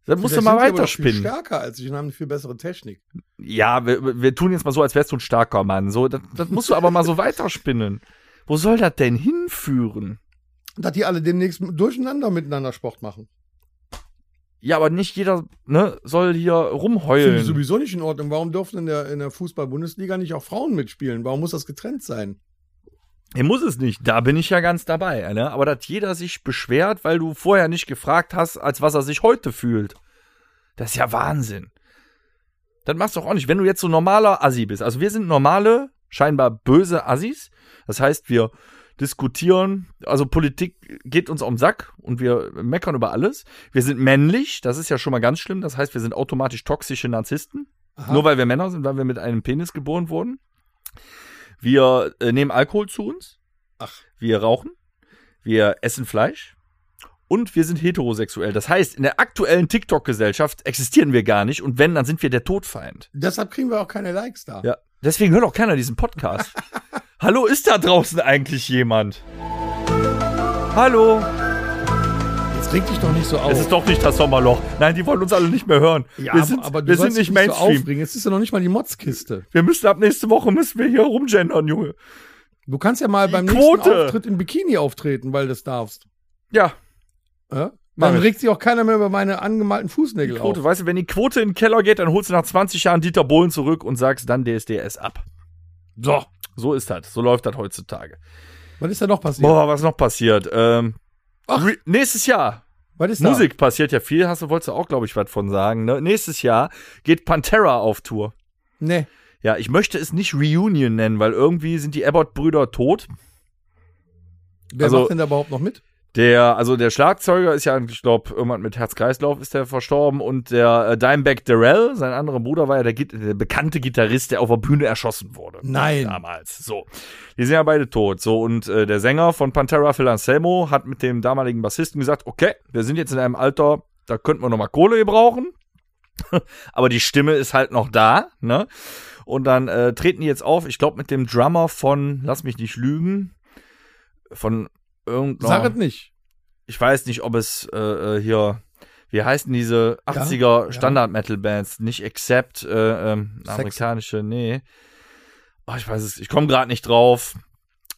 Dann musst du Vielleicht mal sind die aber noch Viel weiterspinnen. stärker als ich und haben eine viel bessere Technik. Ja, wir, wir tun jetzt mal so, als wärst du ein starker Mann. So, das, das musst du aber mal so weiterspinnen. Wo soll das denn hinführen? Dass die alle demnächst durcheinander miteinander Sport machen. Ja, aber nicht jeder ne, soll hier Finde ich rumheulen. sowieso nicht in Ordnung. Warum dürfen in der, in der Fußball-Bundesliga nicht auch Frauen mitspielen? Warum muss das getrennt sein? Er muss es nicht. Da bin ich ja ganz dabei. Ne? Aber dass jeder sich beschwert, weil du vorher nicht gefragt hast, als was er sich heute fühlt. Das ist ja Wahnsinn. Dann machst du auch nicht. Wenn du jetzt so normaler Assi bist. Also wir sind normale, scheinbar böse Assis. Das heißt, wir diskutieren. Also Politik geht uns auf den Sack und wir meckern über alles. Wir sind männlich. Das ist ja schon mal ganz schlimm. Das heißt, wir sind automatisch toxische Narzissten. Aha. Nur weil wir Männer sind, weil wir mit einem Penis geboren wurden. Wir äh, nehmen Alkohol zu uns. Ach. Wir rauchen. Wir essen Fleisch. Und wir sind heterosexuell. Das heißt, in der aktuellen TikTok-Gesellschaft existieren wir gar nicht. Und wenn, dann sind wir der Todfeind. Deshalb kriegen wir auch keine Likes da. Ja. Deswegen hört auch keiner diesen Podcast. Hallo, ist da draußen eigentlich jemand? Hallo. Oh. Jetzt reg dich doch nicht so auf. Es ist doch nicht das Sommerloch. Nein, die wollen uns alle nicht mehr hören. ja, wir sind, aber du wir sind sollst nicht dich So Mainstream. aufbringen. Jetzt ist ja noch nicht mal die Motzkiste. wir müssen ab nächste Woche müssen wir hier rumgendern, Junge. Du kannst ja mal beim nächsten Quote. Auftritt im Bikini auftreten, weil du das darfst. Ja, Ja? Mach Dann ich. regt sich auch keiner mehr über meine angemalten Fußnägel Quote, auf. weißt du, wenn die Quote in den Keller geht, dann holst du nach 20 Jahren Dieter Bohlen zurück und sagst dann DSDS ab. So, so ist das. So läuft das heutzutage. Was ist da noch passiert? Boah, was noch passiert? Ähm, re- nächstes Jahr. Was ist Musik passiert ja viel. Hast du, wolltest du auch, glaube ich, was von sagen. Ne? Nächstes Jahr geht Pantera auf Tour. da? Nee. Ja, ich möchte es nicht Reunion nennen, weil irgendwie sind die Abbott-Brüder tot. Wer Also- macht denn da überhaupt noch mit? Der, also der Schlagzeuger ist ja, ich glaube, irgendwann mit Herz-Kreislauf ist der verstorben und der äh, Dimebag Darrell, sein anderer Bruder, war ja der, Git- der bekannte Gitarrist, der auf der Bühne erschossen wurde. Nein. Damals. So. Die sind ja beide tot. So, und äh, der Sänger von Pantera, Phil Anselmo, hat mit dem damaligen Bassisten gesagt, okay, wir sind jetzt in einem Alter, da könnten wir nochmal Kohle gebrauchen. Aber die Stimme ist halt noch da, ne? Und dann äh, treten die jetzt auf, ich glaube, mit dem Drummer von, lass mich nicht lügen, von irgendeiner Sag es nicht. ich weiß nicht, ob es äh, äh, hier, wie heißen diese 80er ja. Standard-Metal-Bands? Nicht Accept, äh, ähm, Sex. amerikanische, nee. Oh, ich weiß es, ich komme gerade nicht drauf.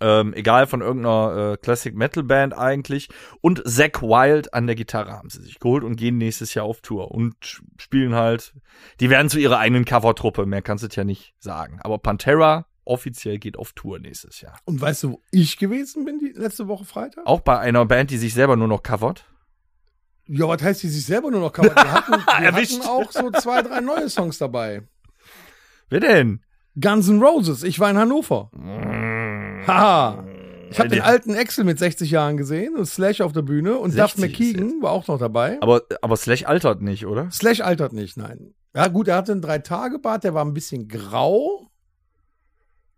Ähm, egal von irgendeiner äh, Classic Metal Band eigentlich. Und Zack Wild an der Gitarre haben sie sich geholt und gehen nächstes Jahr auf Tour und sch- spielen halt. Die werden zu ihrer eigenen Covertruppe, mehr kannst du es ja nicht sagen. Aber Pantera offiziell geht auf Tour nächstes Jahr. Und weißt du, wo ich gewesen bin die letzte Woche Freitag? Auch bei einer Band, die sich selber nur noch covert. Ja, was heißt, die sich selber nur noch covern? Wir hatten, wir hatten Erwischt. auch so zwei, drei neue Songs dabei. Wer denn? Guns N' Roses, ich war in Hannover. Mm. Haha. Ich habe den Ja. alten Axel mit 60 Jahren gesehen und Slash auf der Bühne und Duff 60 ist McKeegan war auch noch dabei. Aber, aber Slash altert nicht, oder? Slash altert nicht, nein. Ja gut, er hatte einen Drei-Tage-Bart, der war ein bisschen grau.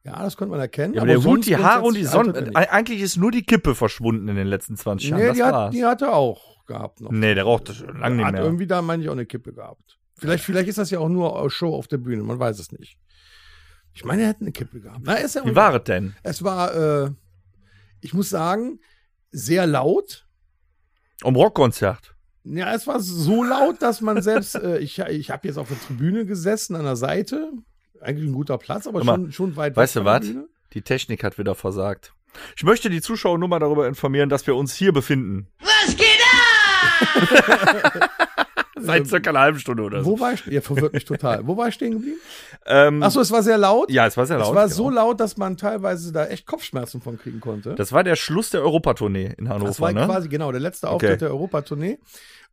Ja, das könnte man erkennen. Ja, aber der Hut, sonst die Haare und die grundsätzlich Sonne. altert er nicht. Eig- Eigentlich ist nur die Kippe verschwunden in den letzten 20 Jahren. Nee, das die hat, war's. die hat er auch gehabt noch. nee, der raucht das schon lange nicht hat mehr. irgendwie da, meine ich, auch eine Kippe gehabt. Vielleicht, vielleicht ist das ja auch nur äh, Show auf der Bühne, man weiß es nicht. Ich meine, er hätte eine Kippe gehabt. Na, ist ja Wie egal. war es denn? Es war, äh, ich muss sagen, sehr laut. Um Rockkonzert. Ja, es war so laut, dass man selbst, äh, ich, ich habe jetzt auf der Tribüne gesessen, an der Seite. Eigentlich ein guter Platz, aber Hör mal, schon, schon weit weißt weg du von der was? Bühne. Die Technik hat wieder versagt. Ich möchte die Zuschauer nur mal darüber informieren, dass wir uns hier befinden. Was geht ab? Seit circa einer halben Stunde oder so. Wo war ich? Ja, verwirrt mich total. Wo war ich stehen geblieben? Ähm, Achso, es war sehr laut. ja, es war sehr laut. es war genau. so laut, dass man teilweise da echt Kopfschmerzen von kriegen konnte. Das war der Schluss der Europatournee in Hannover. Das war ne? quasi genau der letzte Okay. Auftritt der Europatournee.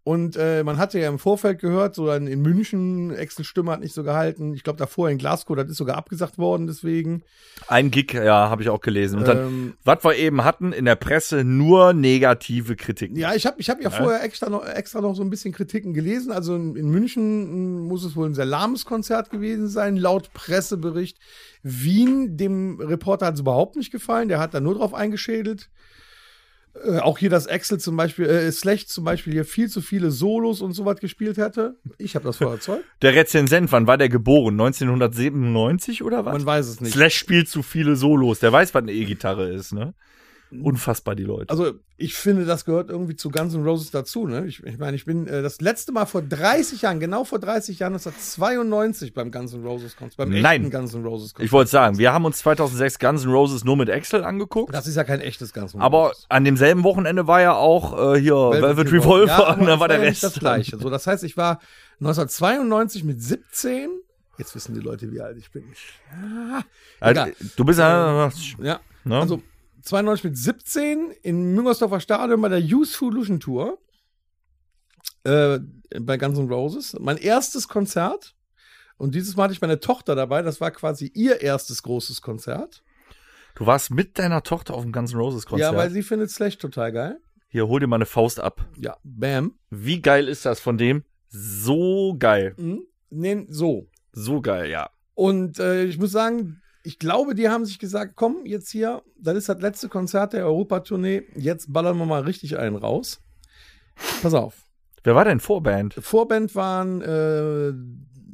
Und äh, man hatte ja im Vorfeld gehört, so dann in München, Axel Stimme hat nicht so gehalten. Ich glaube, davor in Glasgow, das ist sogar abgesagt worden, deswegen. Ein Gig, ja, habe ich auch gelesen. Und dann, Ähm, was wir eben hatten, in der Presse nur negative Kritiken. ja, ich habe ich hab ja, vorher extra noch, extra noch so ein bisschen Kritiken gelesen. Also in, in München m, muss es wohl ein sehr lahmes Konzert gewesen sein, laut Pressebericht. Wien, dem Reporter hat es überhaupt nicht gefallen, der hat da nur drauf eingeschädelt. Äh, auch hier, dass Axel zum Beispiel, äh, Slecht zum Beispiel hier viel zu viele Solos und sowas gespielt hätte. Ich habe das voll erzeugt. Der Rezensent, wann war der geboren? 1997 oder was? Man weiß es nicht. Slash spielt zu viele Solos. Der weiß, was eine E-Gitarre ist, ne? Unfassbar, die Leute. Also ich finde, das gehört irgendwie zu Guns N' Roses dazu. Ne? Ich, ich meine, ich bin äh, das letzte Mal vor 30 Jahren, genau vor 30 Jahren, 1992 beim Guns N' Roses Konzert, beim Nein. echten Guns N' Roses ich Konzert. wollte sagen, wir haben uns 2006 Guns N' Roses nur mit Axel angeguckt. Das ist ja kein echtes Guns N' aber Roses. an demselben Wochenende war ja auch äh, hier Velvet Revolver aber und es dann war der ja Rest. nicht das Gleiche. So, das heißt, ich war 1992 mit 17. Jetzt wissen die Leute, wie alt ich bin. Also, Egal. du bist ja. Ja. Ne? Also 92 mit 17 in Müngersdorfer Stadion bei der Youth Solution Tour äh, bei Guns N' Roses. Mein erstes Konzert. Und dieses Mal hatte ich meine Tochter dabei. Das war quasi ihr erstes großes Konzert. du warst mit deiner Tochter auf dem Guns N' Roses Konzert. Ja, weil sie findet Slash total geil. hier, hol dir mal eine Faust ab. Ja, bam. Wie geil ist das von dem? So geil. Mhm. Nee, so. So geil, ja. Und äh, ich muss sagen, ich glaube, die haben sich gesagt, komm, jetzt hier, das ist das letzte Konzert der Europatournee. Jetzt ballern wir mal richtig einen raus. Pass auf. Wer war denn Vorband? Vorband waren äh,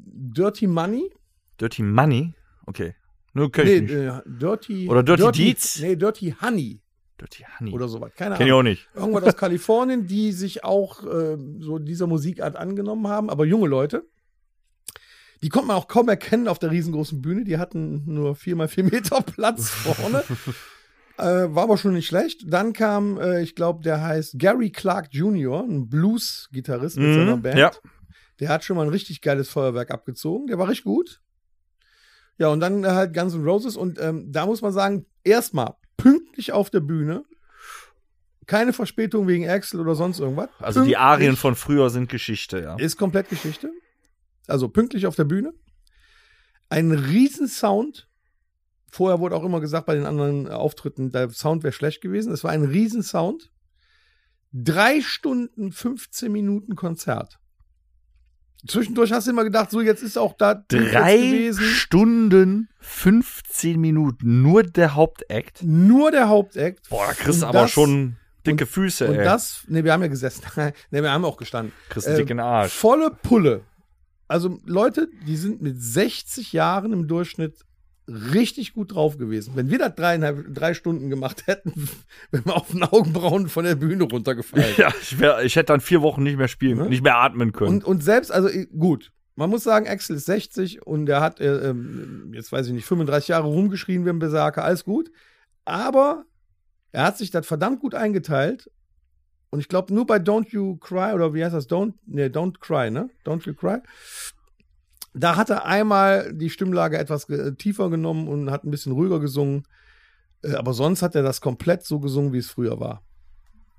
Dirty Money. Dirty Money? Okay. Nur kenn ich nicht. äh, Dirty. Oder Dirty Deeds? Nee, Dirty Honey Dirty Honey. oder sowas. Keine Kenn ich Ahnung. auch nicht. Irgendwas aus Kalifornien, die sich auch äh, so dieser Musikart angenommen haben, aber junge Leute. Die konnte man auch kaum erkennen auf der riesengroßen Bühne. Die hatten nur 4x4 Meter Platz vorne. äh, war aber schon nicht schlecht. Dann kam, äh, ich glaube, der heißt Gary Clark Jr., ein Blues-Gitarrist mit seiner Mhm, Band. ja. Der hat schon mal ein richtig geiles Feuerwerk abgezogen. Der war richtig gut. Ja, und dann halt Guns N' Roses. Und ähm, da muss man sagen, erstmal pünktlich auf der Bühne. Keine Verspätung wegen Axel oder sonst irgendwas. Also die Pünktlich Arien von früher sind Geschichte, ja. Ist komplett Geschichte. Also pünktlich auf der Bühne. Ein Riesensound. Vorher wurde auch immer gesagt bei den anderen äh, Auftritten, der Sound wäre schlecht gewesen. Es war ein Riesensound. Drei Stunden, 15 Minuten Konzert. Zwischendurch hast du immer gedacht, so jetzt ist auch da Drei Stunden, 15 Minuten, nur der Hauptakt. Nur der Hauptakt. Boah, da kriegst du Und aber das- schon dicke Füße, Und ey. das, ne, wir haben ja gesessen. ne, wir haben auch gestanden. kriegst einen äh, dicken Arsch. Volle Pulle. Also Leute, die sind mit 60 Jahren im Durchschnitt richtig gut drauf gewesen. Wenn wir das dreieinhalb, drei Stunden gemacht hätten, wären wir auf den Augenbrauen von der Bühne runtergefallen. Ja, ich, wär, ich hätte dann vier Wochen nicht mehr spielen, äh, Ne? nicht mehr atmen können. Und, und selbst, also eh, gut, man muss sagen, Axel ist 60 und er hat, äh, ähm, jetzt weiß ich nicht, 35 Jahre rumgeschrien wie ein Berserker, alles gut. Aber er hat sich das verdammt gut eingeteilt. Und ich glaube, nur bei Don't You Cry, oder wie heißt das? Don't, nee, Don't Cry, ne? Don't You Cry. Da hat er einmal die Stimmlage etwas ge- äh, tiefer genommen und hat ein bisschen ruhiger gesungen. Äh, Aber sonst hat er das komplett so gesungen, wie es früher war.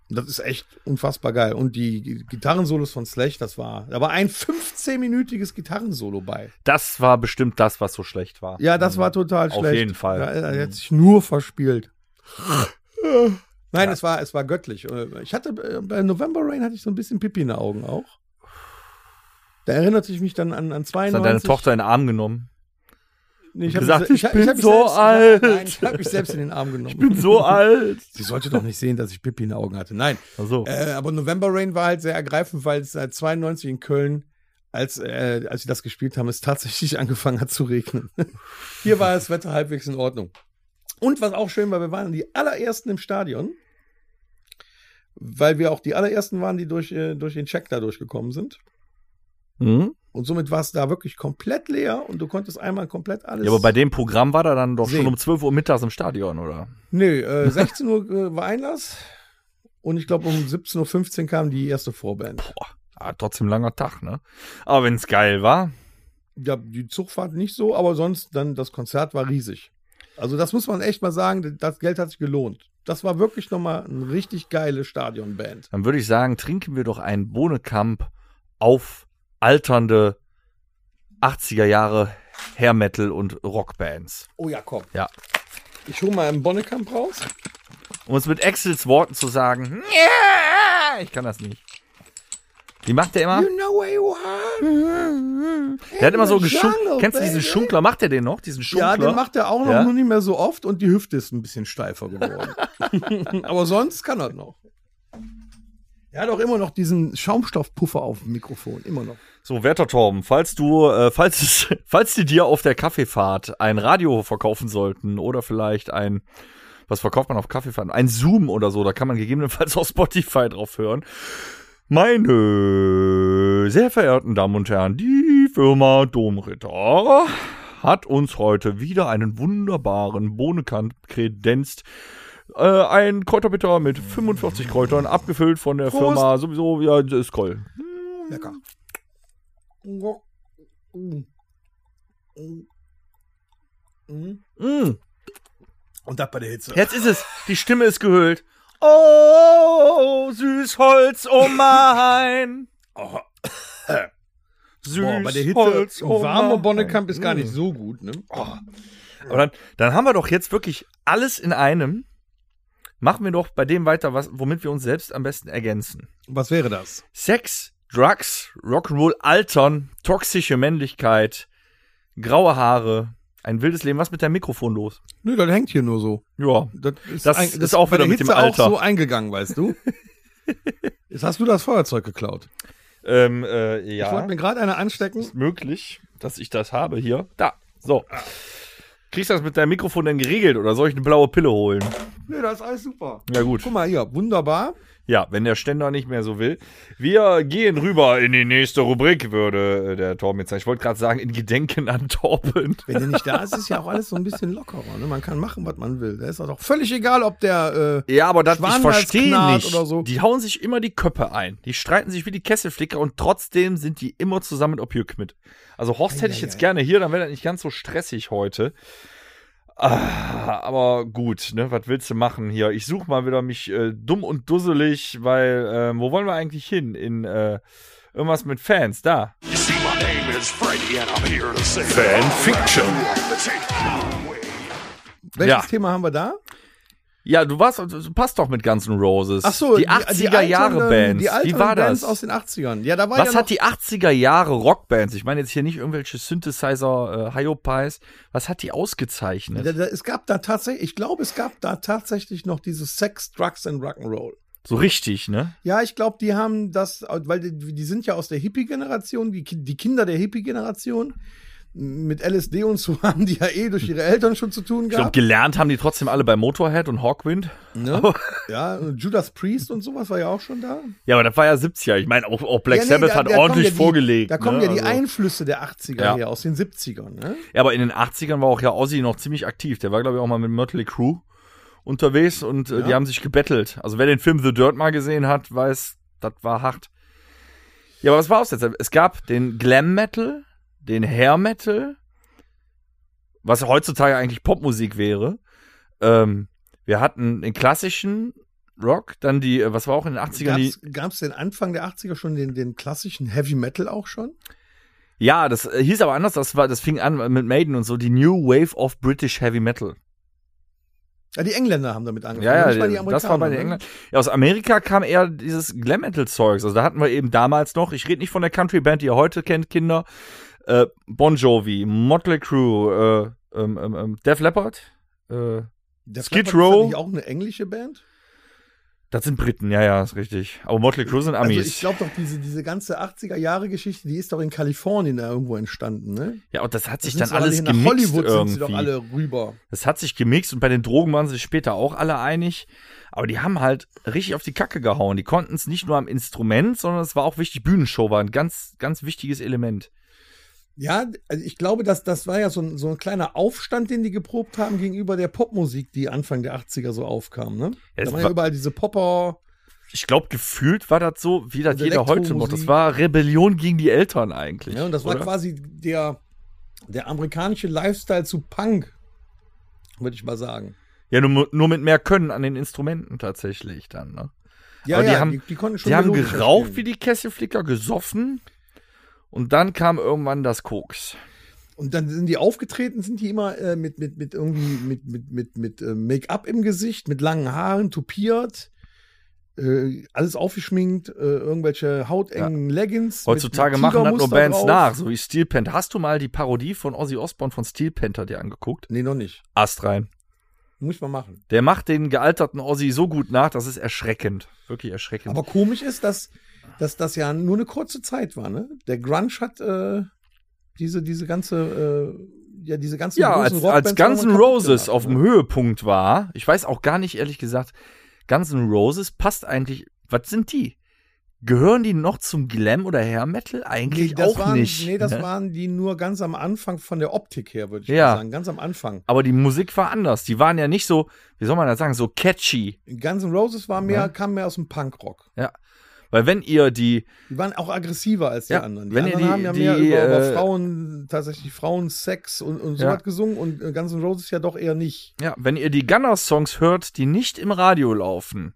Und Das ist echt unfassbar geil. Und die G- Gitarrensolos von Slash, das war. Da war ein 15-minütiges Gitarrensolo bei. das war bestimmt das, was so schlecht war. Ähm, Ja, das war total Mhm. Auf schlecht. jeden Fall. Mhm. Ja, er hat sich nur verspielt. Nein, es, war, es war göttlich. Äh, Ich hatte äh, bei November Rain hatte ich so ein bisschen Pipi in den Augen auch. Da erinnerte ich mich dann an, an Hast du deine 92. Tochter in den Arm genommen? Nee, Ich gesagt, se- ich hab- bin hab mich so selbst, alt. Nein, ich habe mich selbst in den Arm genommen. Ich bin so alt. Sie sollte doch nicht sehen, dass ich Pippi in den Augen hatte. Nein. Also, Äh, aber November Rain war halt sehr ergreifend, weil es seit 92 in Köln, als, äh, als sie das gespielt haben, es tatsächlich angefangen hat zu regnen. Hier war das Wetter halbwegs in Ordnung. Und was auch schön war, wir waren die allerersten im Stadion, weil wir auch die allerersten waren, die durch, äh, durch den Check da durchgekommen sind. mhm. Und somit war es da wirklich komplett leer und du konntest einmal komplett alles. Ja, aber bei dem Programm war er dann doch Sehen. schon um 12 Uhr mittags im Stadion, oder? Nö, äh, 16 Uhr äh, war Einlass und ich glaube um 17.15 Uhr kam die erste Vorband. Ah, trotzdem langer Tag, ne? Aber wenn's geil war. ja, die Zugfahrt nicht so, aber sonst dann das Konzert war riesig. Also das muss man echt mal sagen, das Geld hat sich gelohnt. Das war wirklich nochmal eine richtig geile Stadionband. Dann würde ich sagen, trinken wir doch einen Bohnekamp auf alternde 80er Jahre Hair Metal und Rockbands. Oh ja, komm. Ja. Ich hole mal einen Bonnekamp raus. Um es mit Axels Worten zu sagen, "Yeah!" ich kann das nicht. Wie macht der immer? know where you are. Der hat immer so in the jungle, geschunkelt. Kennst du diesen baby. Schunkler? Macht der den noch? Diesen Schunkler? Ja, den macht er auch noch, Ja. nur nicht mehr so oft und die Hüfte ist ein bisschen steifer geworden. aber sonst kann er noch. Er hat auch immer noch diesen Schaumstoffpuffer auf dem Mikrofon, immer noch. So, werter Torben, falls du, äh, falls, es, falls die dir auf der Kaffeefahrt ein Radio verkaufen sollten oder vielleicht ein, was verkauft man auf Kaffeefahrten? Ein Zoom oder so, da kann man gegebenenfalls auf Spotify drauf hören. Meine sehr verehrten Damen und Herren, die Firma Domritter hat uns heute wieder einen wunderbaren Bohnekant kredenzt. Äh, ein Kräuterbitter mit 45 Kräutern, abgefüllt von der Prost. Firma sowieso, ja, das ist Koll. Lecker. Mm. Und das bei der Hitze. Jetzt ist es. Die Stimme ist gehüllt. Oh, süß Holz, oh mein. Oh. Süß Boah, bei der Hitze Holz, oh ein warmer mein. Bonnekamp ist gar Mm. nicht so gut, ne? Oh. Aber dann, dann haben wir doch jetzt wirklich alles in einem. Machen wir doch bei dem weiter, was, womit wir uns selbst am besten ergänzen. Was wäre das? Sex, Drugs, Rock'n'Roll, Altern, toxische Männlichkeit, graue Haare, ein wildes Leben. Was ist mit deinem Mikrofon los? Nö, das hängt hier nur so. Ja. Das ist, Das ist auch bei der wieder mit dem Hitze Alter. auch so eingegangen, weißt du? Jetzt hast du das Feuerzeug geklaut. Ähm, äh, ja. Ich wollte mir gerade eine anstecken. möglich, dass ich das habe hier. Da, so. Ah. Kriegst du das mit deinem Mikrofon denn geregelt oder soll ich eine blaue Pille holen? Nö, das ist alles super. Ja, gut. Guck mal hier, wunderbar. Ja, wenn der Ständer nicht mehr so will. Wir gehen rüber in die nächste Rubrik, würde äh, der Torben jetzt sagen. Ich wollte gerade sagen, in Gedenken an Torben. Wenn der nicht da ist, ist ja auch alles so ein bisschen lockerer. Ne? Man kann machen, was man will. Da ist doch völlig egal, ob der. Äh, Ja, aber das, ich Schwanenhals verstehe knarrt nicht. oder so. Die hauen sich immer die Köpfe ein. Die streiten sich wie die Kesselflicker und trotzdem sind die immer zusammen mit Opjück mit. Also Horst hätte ich jetzt gerne hier, dann wäre das nicht ganz so stressig heute. Ah, aber gut, ne, was willst du machen hier? Ich suche mal wieder mich äh, dumm und dusselig, weil ähm, wo wollen wir eigentlich hin? In äh, irgendwas mit Fans, da. You see, my name is Freddy, and I'm here to say Fan Fiction. welches Ja. Thema haben wir da? Ja, du warst, du passt doch mit ganzen Roses. Ach so, die 80er Jahre alternden- Bands. Die Wie alternden war das? Bands aus den 80ern. Ja, da war ja Was noch- hat die 80er Jahre Rockbands, ich meine jetzt hier nicht irgendwelche Synthesizer äh, Hyopies, was hat die Da, ausgezeichnet? da, es gab da tatsächlich, ich glaube, es gab da tatsächlich noch dieses Sex, Drugs and Rock'n'Roll. So richtig, ne? Ja, ich glaube, die haben das, weil die, die sind ja aus der Hippie-Generation, die, Ki- die Kinder der Hippie-Generation. Mit LSD und so haben die ja eh durch ihre Eltern schon zu tun Ich glaube, gehabt. gelernt haben die trotzdem alle bei Motorhead und Hawkwind. ne? Oh. Ja, und Judas Priest und sowas war ja auch schon da. Ja, aber das war ja 70er. Ich meine, auch, auch Black ja, nee, Sabbath da- hat da kommen ordentlich ja die, vorgelegt. Da kommen ne? ja die also, Einflüsse der 80er Ja. her, aus den 70ern. Ne? ja, aber in den 80ern war auch ja Ozzy noch ziemlich aktiv. Der war, glaube ich, auch mal mit Mötley Crew unterwegs und äh, die haben sich gebettelt. Also wer den Film The Dirt mal gesehen hat, weiß, das war hart. Ja, aber was war aus der Zeit? Es gab den Glam Metal, den Hair Metal, was heutzutage eigentlich Popmusik wäre. Ähm, wir hatten den klassischen Rock, dann die, äh, was war auch in den 80ern die. Gab es den Anfang der 80er schon den, den klassischen Heavy Metal auch schon? Ja, das äh, hieß aber anders, das war, das fing an mit Maiden und so, die New Wave of British Heavy Metal. Ja, die Engländer haben damit angefangen. Ja, nicht mal ja, die das war bei den Amerikaner, ne? Engländern. Ja, aus Amerika kam eher dieses Glam Metal Zeugs. Also da hatten wir eben damals noch, ich rede nicht von der Country Band, die ihr heute kennt, Kinder, äh, Bon Jovi, Motley Crue, äh, Ähm, ähm, ähm, Def Leppard. Äh, Der Skid Flapper, ist das Row. nicht auch eine englische Band? das sind Briten, ja, ja, ist richtig. Aber Motley Crue sind Amis. Also ich glaube doch, diese, diese ganze 80er-Jahre-Geschichte, die ist doch in Kalifornien da irgendwo entstanden, ne? ja, und das hat sich Sind dann sie alle alles hier gemixt Nach Hollywood irgendwie. sind sie doch alle rüber. Das hat sich gemixt und bei den Drogen waren sie sich später auch alle einig. Aber die haben halt richtig auf die Kacke gehauen. Die konnten es nicht nur am Instrument, sondern es war auch wichtig. Bühnenshow war ein ganz, ganz wichtiges Element. Ja, also ich glaube, dass, das war ja so ein, so ein kleiner Aufstand, den die geprobt haben gegenüber der Popmusik, die Anfang der 80er so aufkam, ne? Ja, es da waren war- ja überall diese Popper. Ich glaube, gefühlt war das so, wie das Also jeder heute macht. Das Elektromusik. war Rebellion gegen die Eltern eigentlich. Ja, und das war oder? quasi der, der amerikanische Lifestyle zu Punk, würde ich mal sagen. Ja, nur, nur mit mehr Können an den Instrumenten tatsächlich dann. Ne? Ja, Aber die ja, haben- konnten schon Die haben melodischer geraucht spielen. wie die Kesselflicker, gesoffen. Und dann kam irgendwann das Koks. Und dann sind die aufgetreten, sind die immer äh, mit, mit, mit irgendwie, mit, mit, mit, mit äh, Make-up im Gesicht, mit langen Haaren, tupiert, äh, alles aufgeschminkt, äh, irgendwelche hautengen Leggings. Heutzutage machen das nur Tigermuster Bands drauf. nach, so wie Steel Panther. Hast du mal die Parodie von Ozzy Osbourne von Steel Panther dir angeguckt? Nee, noch nicht. Ast rein. Muss ich mal machen. Der macht den gealterten Ozzy so gut nach, das ist erschreckend. Wirklich erschreckend. Aber komisch ist, dass, dass das ja nur eine kurze Zeit war, ne? Der Grunge hat äh, diese, diese ganze, äh, ja, diese ganzen ja, großen als, als Rockbands irgendwann Guns N' kaputt Roses gemacht, auf dem ne? Höhepunkt war, ich weiß auch gar nicht, ehrlich gesagt, Guns N' Roses passt eigentlich, was sind die? Gehören die noch zum Glam oder Hair Metal? Eigentlich Nee, das auch waren, nicht. Nee, das ne? waren die nur ganz am Anfang von der Optik her, würde ich Ja. mal sagen. Ganz am Anfang. Aber die Musik war anders. Die waren ja nicht so, wie soll man das sagen, so catchy. Guns N' Roses war mehr, Ja. kam mehr aus dem Punkrock. Weil wenn ihr die, Die waren auch aggressiver als die Ja, anderen. Die wenn ihr anderen die- haben ja die, mehr über, über äh, Frauen, tatsächlich Frauensex und, und so Ja. was gesungen und äh, Guns N' Roses ja doch eher nicht. ja, wenn ihr die Gunners-Songs hört, die nicht im Radio laufen,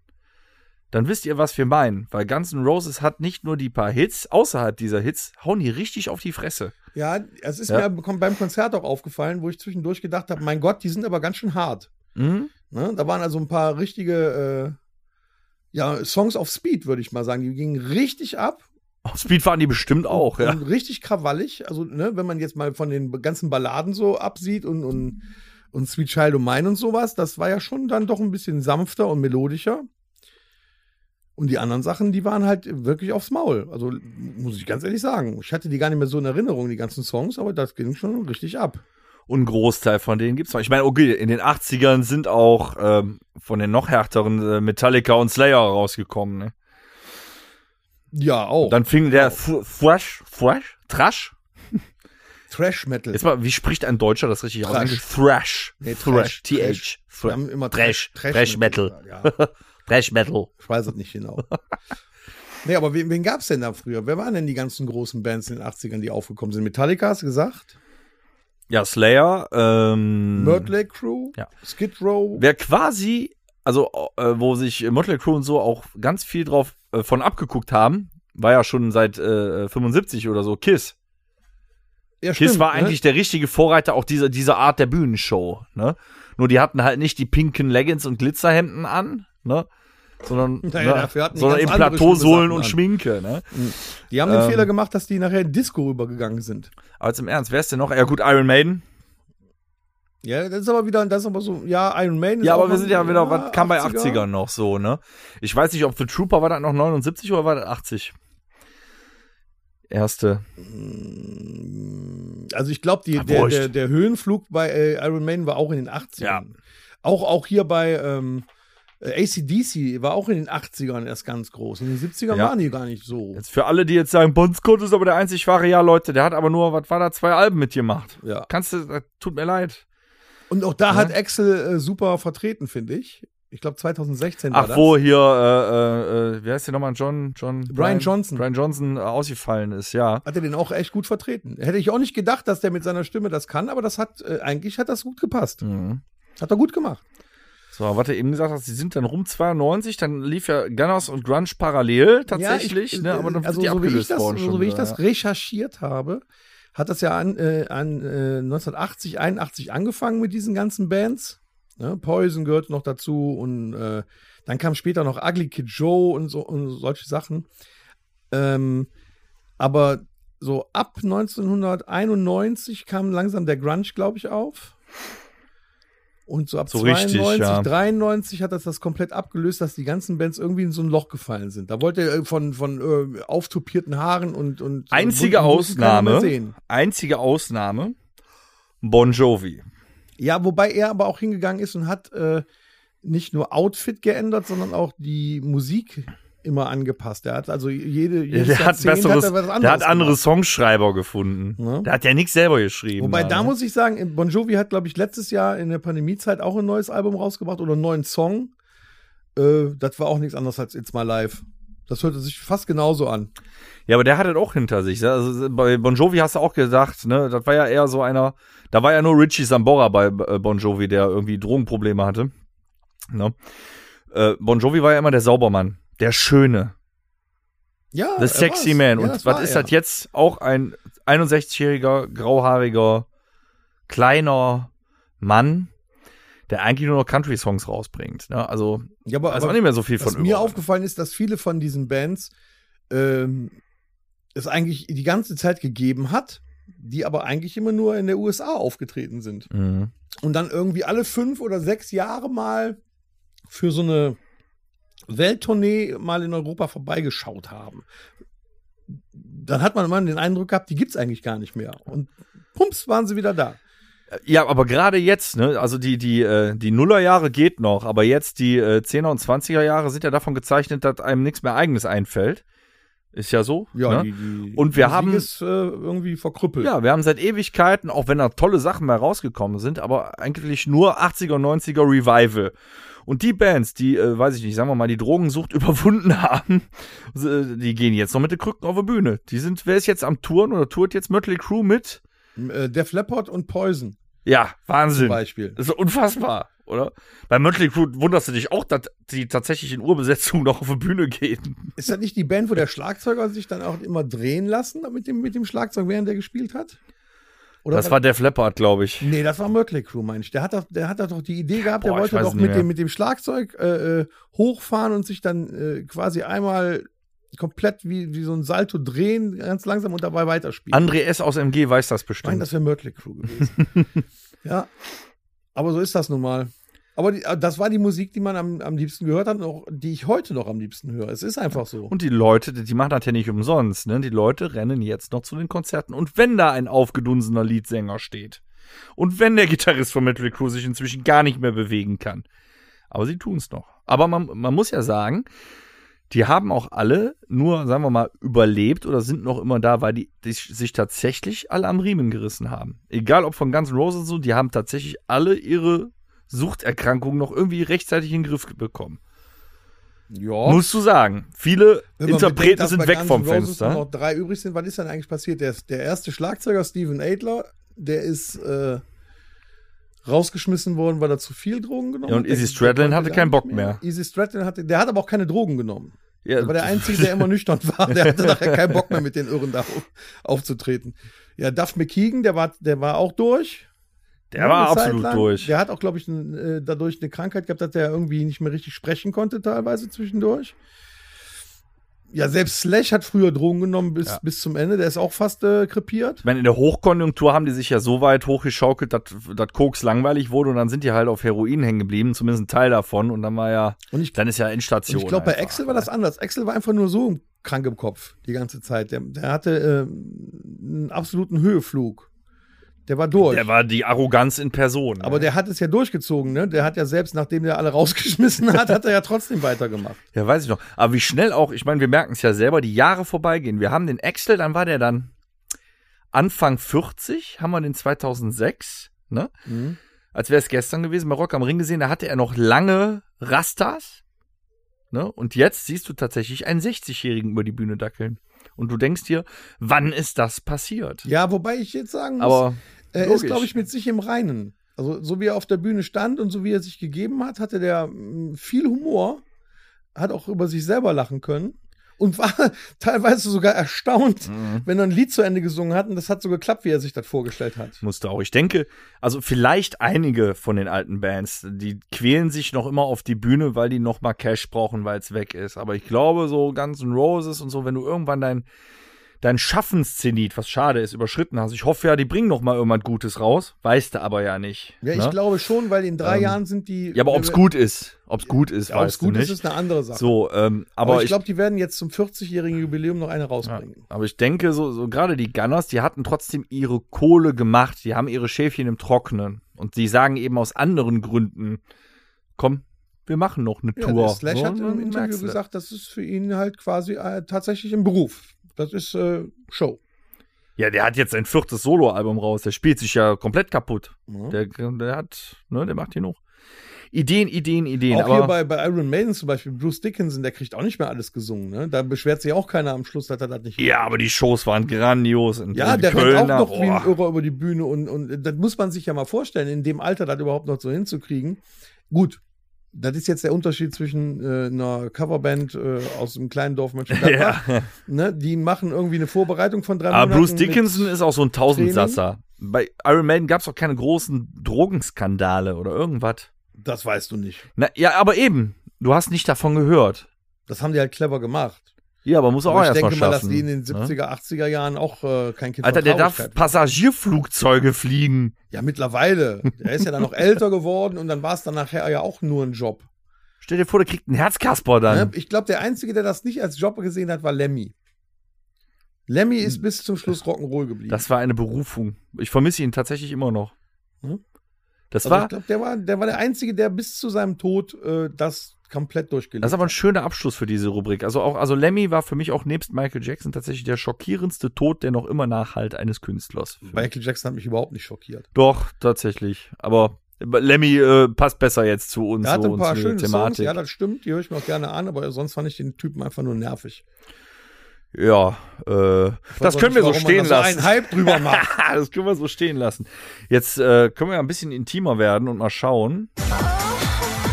dann wisst ihr, was wir meinen. Weil Guns N' Roses hat nicht nur die paar Hits, außerhalb dieser Hits hauen die richtig auf die Fresse. Ja, es ist Ja. mir kom- beim Konzert auch aufgefallen, wo ich zwischendurch gedacht habe, mein Gott, die sind aber ganz schön hart. Mhm. Ne? Da waren also ein paar richtige äh, ja, Songs auf Speed, würde ich mal sagen. Die gingen richtig ab. Auf Speed fahren die bestimmt auch, und, ja. Und richtig krawallig. Also, ne, wenn man jetzt mal von den ganzen Balladen so absieht und, und, und Sweet Child O' Mine und sowas, das war ja schon dann doch ein bisschen sanfter und melodischer. Und die anderen Sachen, die waren halt wirklich aufs Maul. Also, muss ich ganz ehrlich sagen. Ich hatte die gar nicht mehr so in Erinnerung, die ganzen Songs, aber das ging schon richtig ab. Und ein Großteil von denen gibt's noch. Ich meine, okay, in den 80ern sind auch ähm, von den noch härteren äh, Metallica und Slayer rausgekommen, ne? Ja, auch. Dann fing der Fu- Oh. Thrash, Thrash, Trash, Trash Metal. Jetzt mal, wie spricht ein Deutscher das richtig aus? Thrash. Eigentlich Thrash. Nee, Thrash. Thrash. TH. Wir haben immer Trash. Trash- Trash Metal. Trash-Metal gesagt, Thrash Metal. Ich weiß es nicht genau. nee, aber wen, wen gab es denn da früher? Wer waren denn die ganzen großen Bands in den 80ern, die aufgekommen sind? Metallica hast du gesagt? Ja, Slayer. Ähm, Murtley Crew? Ja. Skid Row? Wer quasi, also äh, wo sich äh, Motley Crue und so auch ganz viel drauf äh, von abgeguckt haben, war ja schon seit äh, 75 oder so Kiss. ja, Kiss war ne? eigentlich der richtige Vorreiter auch dieser, dieser Art der Bühnenshow. Ne? Nur die hatten halt nicht die pinken Leggings und Glitzerhemden an, ne? sondern, Naja, ne? dafür hatten die sondern ganz eben andere Plateausohlen Schuhe und an. Schminke. Ne? Die haben den ähm, Fehler gemacht, dass die nachher in Disco rübergegangen sind. Aber jetzt im Ernst, wer ist denn noch? Ja gut, Iron Maiden. Ja, das ist aber wieder, das ist aber so, ja, Iron Maiden. ist Ja, auch aber wir noch- sind ja wieder, ja, was kam bei 80ern noch so, ne? Ich weiß nicht, ob The Trooper war das noch 79 oder war das 80? Erste. Also ich glaube, Ah, der, wurscht. der, der Höhenflug bei äh, Iron Maiden war auch in den 80ern. Ja. Auch, auch hier bei ähm, äh, ACDC war auch in den 80ern erst ganz groß. In den 70ern Ja. waren die gar nicht so. Jetzt für alle, die jetzt sagen, Bon Scott ist aber der einzig wahre, ja, Leute, der hat aber nur, was war da, zwei Alben mitgemacht. Ja. Kannst du, das tut mir leid. Und auch da Ja. hat Axel äh, super vertreten, finde ich. Ich glaube 2016 war Ach, das. wo hier, äh, äh, äh, wie heißt der nochmal? John, John, Johnson. Brian Johnson äh, ausgefallen ist, ja. Hat er den auch echt gut vertreten. Hätte ich auch nicht gedacht, dass der mit seiner Stimme das kann, aber das hat äh, eigentlich hat das gut gepasst. Mhm. Hat er gut gemacht. So, was du eben gesagt hast, die sind dann rum 92, dann lief ja Gunners und Grunge parallel tatsächlich, Ja, ich, ne? Aber dann also sind die so wie ich abgelöst das, worden schon. so wie ich wieder, das ja. recherchiert habe, hat das ja an, äh, an äh, 1980, 81 angefangen mit diesen ganzen Bands. Ne? Poison gehört noch dazu und äh, dann kam später noch Ugly Kid Joe und so und solche Sachen. Ähm, aber so ab 1991 kam langsam der Grunge, glaube ich, auf. Und so ab So richtig, 92, ja. 93 hat das das komplett abgelöst, dass die ganzen Bands irgendwie in so ein Loch gefallen sind. Da wollte er von, von äh, auftupierten Haaren und, und Einzige und bunten Husten keiner mehr Ausnahme. Sehen. Einzige Ausnahme. Bon Jovi. Ja, wobei er aber auch hingegangen ist und hat äh, nicht nur Outfit geändert, sondern auch die Musik immer angepasst. Er hat also jede, jedes Der hat, Jahrzehnt besseres, er was der hat andere gemacht. Songschreiber gefunden. Ne? Der hat ja nichts selber geschrieben. Wobei da ne? muss ich sagen, Bon Jovi hat, glaube ich, letztes Jahr in der Pandemiezeit auch ein neues Album rausgebracht oder einen neuen Song. Äh, das war auch nichts anderes als It's My Life. Das hörte sich fast genauso an. Ja, aber der hat das auch hinter sich. Also bei Bon Jovi hast du auch gesagt, ne, das war ja eher so einer, da war ja nur Richie Sambora bei äh, Bon Jovi, der irgendwie Drogenprobleme hatte. Ne? Äh, bon Jovi war ja immer der Saubermann, der Schöne, Ja, the Sexy Man. Und was ist das jetzt? jetzt? Auch ein 61-jähriger, grauhaariger, kleiner Mann, der eigentlich nur noch Country-Songs rausbringt. Ne? Also Ja, aber, da ist auch aber nicht mehr so viel von was mir übrig. aufgefallen ist, dass viele von diesen Bands ähm, es eigentlich die ganze Zeit gegeben hat, die aber eigentlich immer nur in der USA aufgetreten sind. Mhm. und dann irgendwie alle fünf oder sechs Jahre mal für so eine Welttournee mal in Europa vorbeigeschaut haben. Dann hat man immer den Eindruck gehabt, die gibt's eigentlich gar nicht mehr. Und pumps waren sie wieder da. Ja, aber gerade jetzt, ne, also die, die, äh, die Nullerjahre geht noch, aber jetzt die äh, 10er und 20er Jahre sind ja davon gezeichnet, dass einem nichts mehr eigenes einfällt. Ist ja so. ne? Und wir Musik haben- ist äh, irgendwie verkrüppelt. ja, wir haben seit Ewigkeiten, auch wenn da tolle Sachen mal rausgekommen sind, aber eigentlich nur 80er, 90er Revival. Und die Bands, die, äh, weiß ich nicht, sagen wir mal, die Drogensucht überwunden haben, äh, die gehen jetzt noch mit den Krücken auf die Bühne. Die sind, wer ist jetzt am Touren oder tourt jetzt Mötley Crew mit? Äh, Def Leppard und Poison Ja, zum Wahnsinn. Beispiel. Das ist unfassbar, oder? Bei Mötley Crüe wunderst du dich auch, dass die tatsächlich in Urbesetzung noch auf die Bühne gehen. Ist das nicht die Band, wo der Schlagzeuger sich dann auch immer drehen lassen mit dem, mit dem Schlagzeug, während er gespielt hat? Oder Hm. das war der Leppard, glaube ich. Nee, das war Mötley Crew, meine ich. Der hat doch, der hat doch die Idee gehabt, boah, der ich wollte weiß doch es nicht mit mehr. dem, mit dem Schlagzeug äh, äh, hochfahren und sich dann äh, quasi einmal komplett wie, wie so ein Salto drehen, ganz langsam und dabei weiterspielen. André S. aus MG weiß das ich meine, bestimmt. das wäre Mötley Crew gewesen. ja. Aber so ist das nun mal. Aber die, äh, das war die Musik, die man am, am liebsten gehört hat und auch die ich heute noch am liebsten höre. Es ist einfach so. und die Leute, die machen das ja nicht umsonst, ne? Die Leute rennen jetzt noch zu den Konzerten. Und wenn da ein aufgedunsener Leadsänger steht. Und wenn der Gitarrist von Mötley Crüe sich inzwischen gar nicht mehr bewegen kann. Aber sie tun es noch. Aber man, man muss ja sagen, die haben auch alle nur, sagen wir mal, überlebt oder sind noch immer da, weil die, die sich tatsächlich alle am Riemen gerissen haben. Egal ob von Guns N' Roses und so, die haben tatsächlich alle ihre Suchterkrankungen noch irgendwie rechtzeitig in den Griff bekommen. ja. Musst du sagen. Viele Wenn man bedenkt, Interpreten dass sind bei weg Guns vom N' Roses Fenster. Noch drei übrig sind. Was ist denn eigentlich passiert? Der, der erste Schlagzeuger Steven Adler, der ist äh, rausgeschmissen worden, weil er zu viel Drogen genommen Ja, und hat. Der- Izzy Stradlin der hatte konnte keinen gar Bock nicht mehr. Izzy Stradlin hatte, der hat aber auch keine Drogen genommen. Ja, Er war der Einzige, der immer nüchtern war. Der hatte nachher keinen Bock mehr, mit den Irren da auf, aufzutreten. Ja, Duff McKeegan, der war, der war auch durch. der war Eine Zeit absolut lang. durch. Der hat auch, glaube ich, n- äh, dadurch eine Krankheit gehabt, dass der irgendwie nicht mehr richtig sprechen konnte, teilweise zwischendurch. Ja, selbst Slash hat früher Drogen genommen bis, Ja. bis zum Ende. Der ist auch fast äh, krepiert. Ich meine, in der Hochkonjunktur haben die sich ja so weit hochgeschaukelt, dass dass Koks langweilig wurde und dann sind die halt auf Heroin hängen geblieben, zumindest ein Teil davon. Und dann war ja, Und ich, dann ist ja und Endstation. ich glaube, bei einfach. ne? Axel war das anders. Axel war einfach nur so krank im Kopf die ganze Zeit. Der, der hatte ähm, einen absoluten Höheflug. Der war durch. Der war die Arroganz in Person. aber ne? der hat es ja durchgezogen, ne? Der hat ja selbst, nachdem der alle rausgeschmissen hat, hat er ja trotzdem weitergemacht. Ja, weiß ich noch. Aber wie schnell auch, ich meine, wir merken es ja selber, die Jahre vorbeigehen. Wir haben den Axel, dann war der dann Anfang 40, haben wir den 2006, ne? Mhm. Als wäre es gestern gewesen, bei Rock am Ring gesehen, da hatte er noch lange Rastas, ne? Und jetzt siehst du tatsächlich einen 60-Jährigen über die Bühne dackeln. Und du denkst dir, wann ist das passiert? Ja, wobei ich jetzt sagen muss, Aber Er ist, Logisch. glaube ich, mit sich im Reinen. Also, so wie er auf der Bühne stand und so wie er sich gegeben hat, hatte der mm, viel Humor, hat auch über sich selber lachen können und war teilweise sogar erstaunt, Mhm. wenn er ein Lied zu Ende gesungen hat und das hat so geklappt, wie er sich das vorgestellt hat. musste auch. Ich denke, also vielleicht einige von den alten Bands, die quälen sich noch immer auf die Bühne, weil die noch mal Cash brauchen, weil es weg ist. Aber ich glaube, so Guns N' Roses und so, wenn du irgendwann dein dein Schaffenszenit, was schade ist, überschritten hast. Ich hoffe ja, die bringen noch mal irgendwas Gutes raus. Weißt du aber ja nicht. Ja, ich ne? glaube schon, weil in drei Ähm, Jahren sind die. ja, aber ob's gut ist. Ob's gut ist, ja, weißt ob's gut du ist, nicht. ist eine andere Sache. so, ähm, aber, aber, ich ich, glaube, die werden jetzt zum 40-jährigen Jubiläum noch eine rausbringen. aber ich denke, so, so gerade die Gunners, die hatten trotzdem ihre Kohle gemacht. Die haben ihre Schäfchen im Trocknen. Und die sagen eben aus anderen Gründen, komm, wir machen noch eine Ja, Tour. der Slash So, hat dann im Interview merkst du das. gesagt, das ist für ihn halt quasi äh, tatsächlich ein Beruf. Das ist äh, Show. Ja, der hat jetzt sein viertes Soloalbum raus. Der spielt sich ja komplett kaputt. Ja. Der, der hat, ne, der macht hier noch Ideen, Ideen, Ideen. Auch aber hier bei, bei Iron Maiden zum Beispiel, Bruce Dickinson, der kriegt auch nicht mehr alles gesungen. Ne? Da beschwert sich auch keiner am Schluss, dass er das nicht ja, aber die Shows waren grandios. Und Ja, die der rennt Kölner, auch noch wie ein boah. Irrer über die Bühne und, und das muss man sich ja mal vorstellen, in dem Alter das überhaupt noch so hinzukriegen. Gut, das ist jetzt der Unterschied zwischen äh, einer Coverband äh, aus einem kleinen Dorf Mönchengladbach. ja. Ne? Die machen irgendwie eine Vorbereitung von drei Aber Bruce Monaten Dickinson mit- ist auch so ein Tausendsasser. Bei Iron Maiden gab es auch keine großen Drogenskandale oder irgendwas. Das weißt du nicht. Na, ja, aber eben, du hast nicht davon gehört. Das haben die halt clever gemacht. Ja, aber muss er auch Aber ich erstmal denke schaffen. mal, dass die in den ne? 70er, 80er Jahren auch äh, kein Kind Alter, von der darf Traurigkeit war. Passagierflugzeuge fliegen. Ja, mittlerweile. Er ist ja dann noch älter geworden und dann war es dann nachher ja auch nur ein Job. Stell dir vor, der kriegt einen Herzkasper dann. Ne? Ich glaube, der Einzige, der das nicht als Job gesehen hat, war Lemmy. Lemmy ist bis zum Schluss Rock'n'Roll geblieben. Hm. Das war eine Berufung. Ich vermisse ihn tatsächlich immer noch. Hm? Das also war, ich glaube, der war, der war der Einzige, der bis zu seinem Tod äh, das komplett durchgelebt das ist aber ein hat. schöner Abschluss für diese Rubrik. Also auch, also Lemmy war für mich auch nebst Michael Jackson tatsächlich der schockierendste Tod, der noch immer nachhalt eines Künstlers. Für mich. Michael Jackson hat mich überhaupt nicht schockiert. Doch, tatsächlich. Aber Lemmy äh, passt besser jetzt zu uns Er hatte so ein und zu paar der schöne Songs, Thematik. ja, das stimmt, die höre ich mir auch gerne an, aber sonst fand ich den Typen einfach nur nervig. ja, äh, Ich weiß das auch können wir nicht, so warum man stehen da lassen. So einen Hype drüber macht. das können wir so stehen lassen. Jetzt äh, können wir ja ein bisschen intimer werden und mal schauen.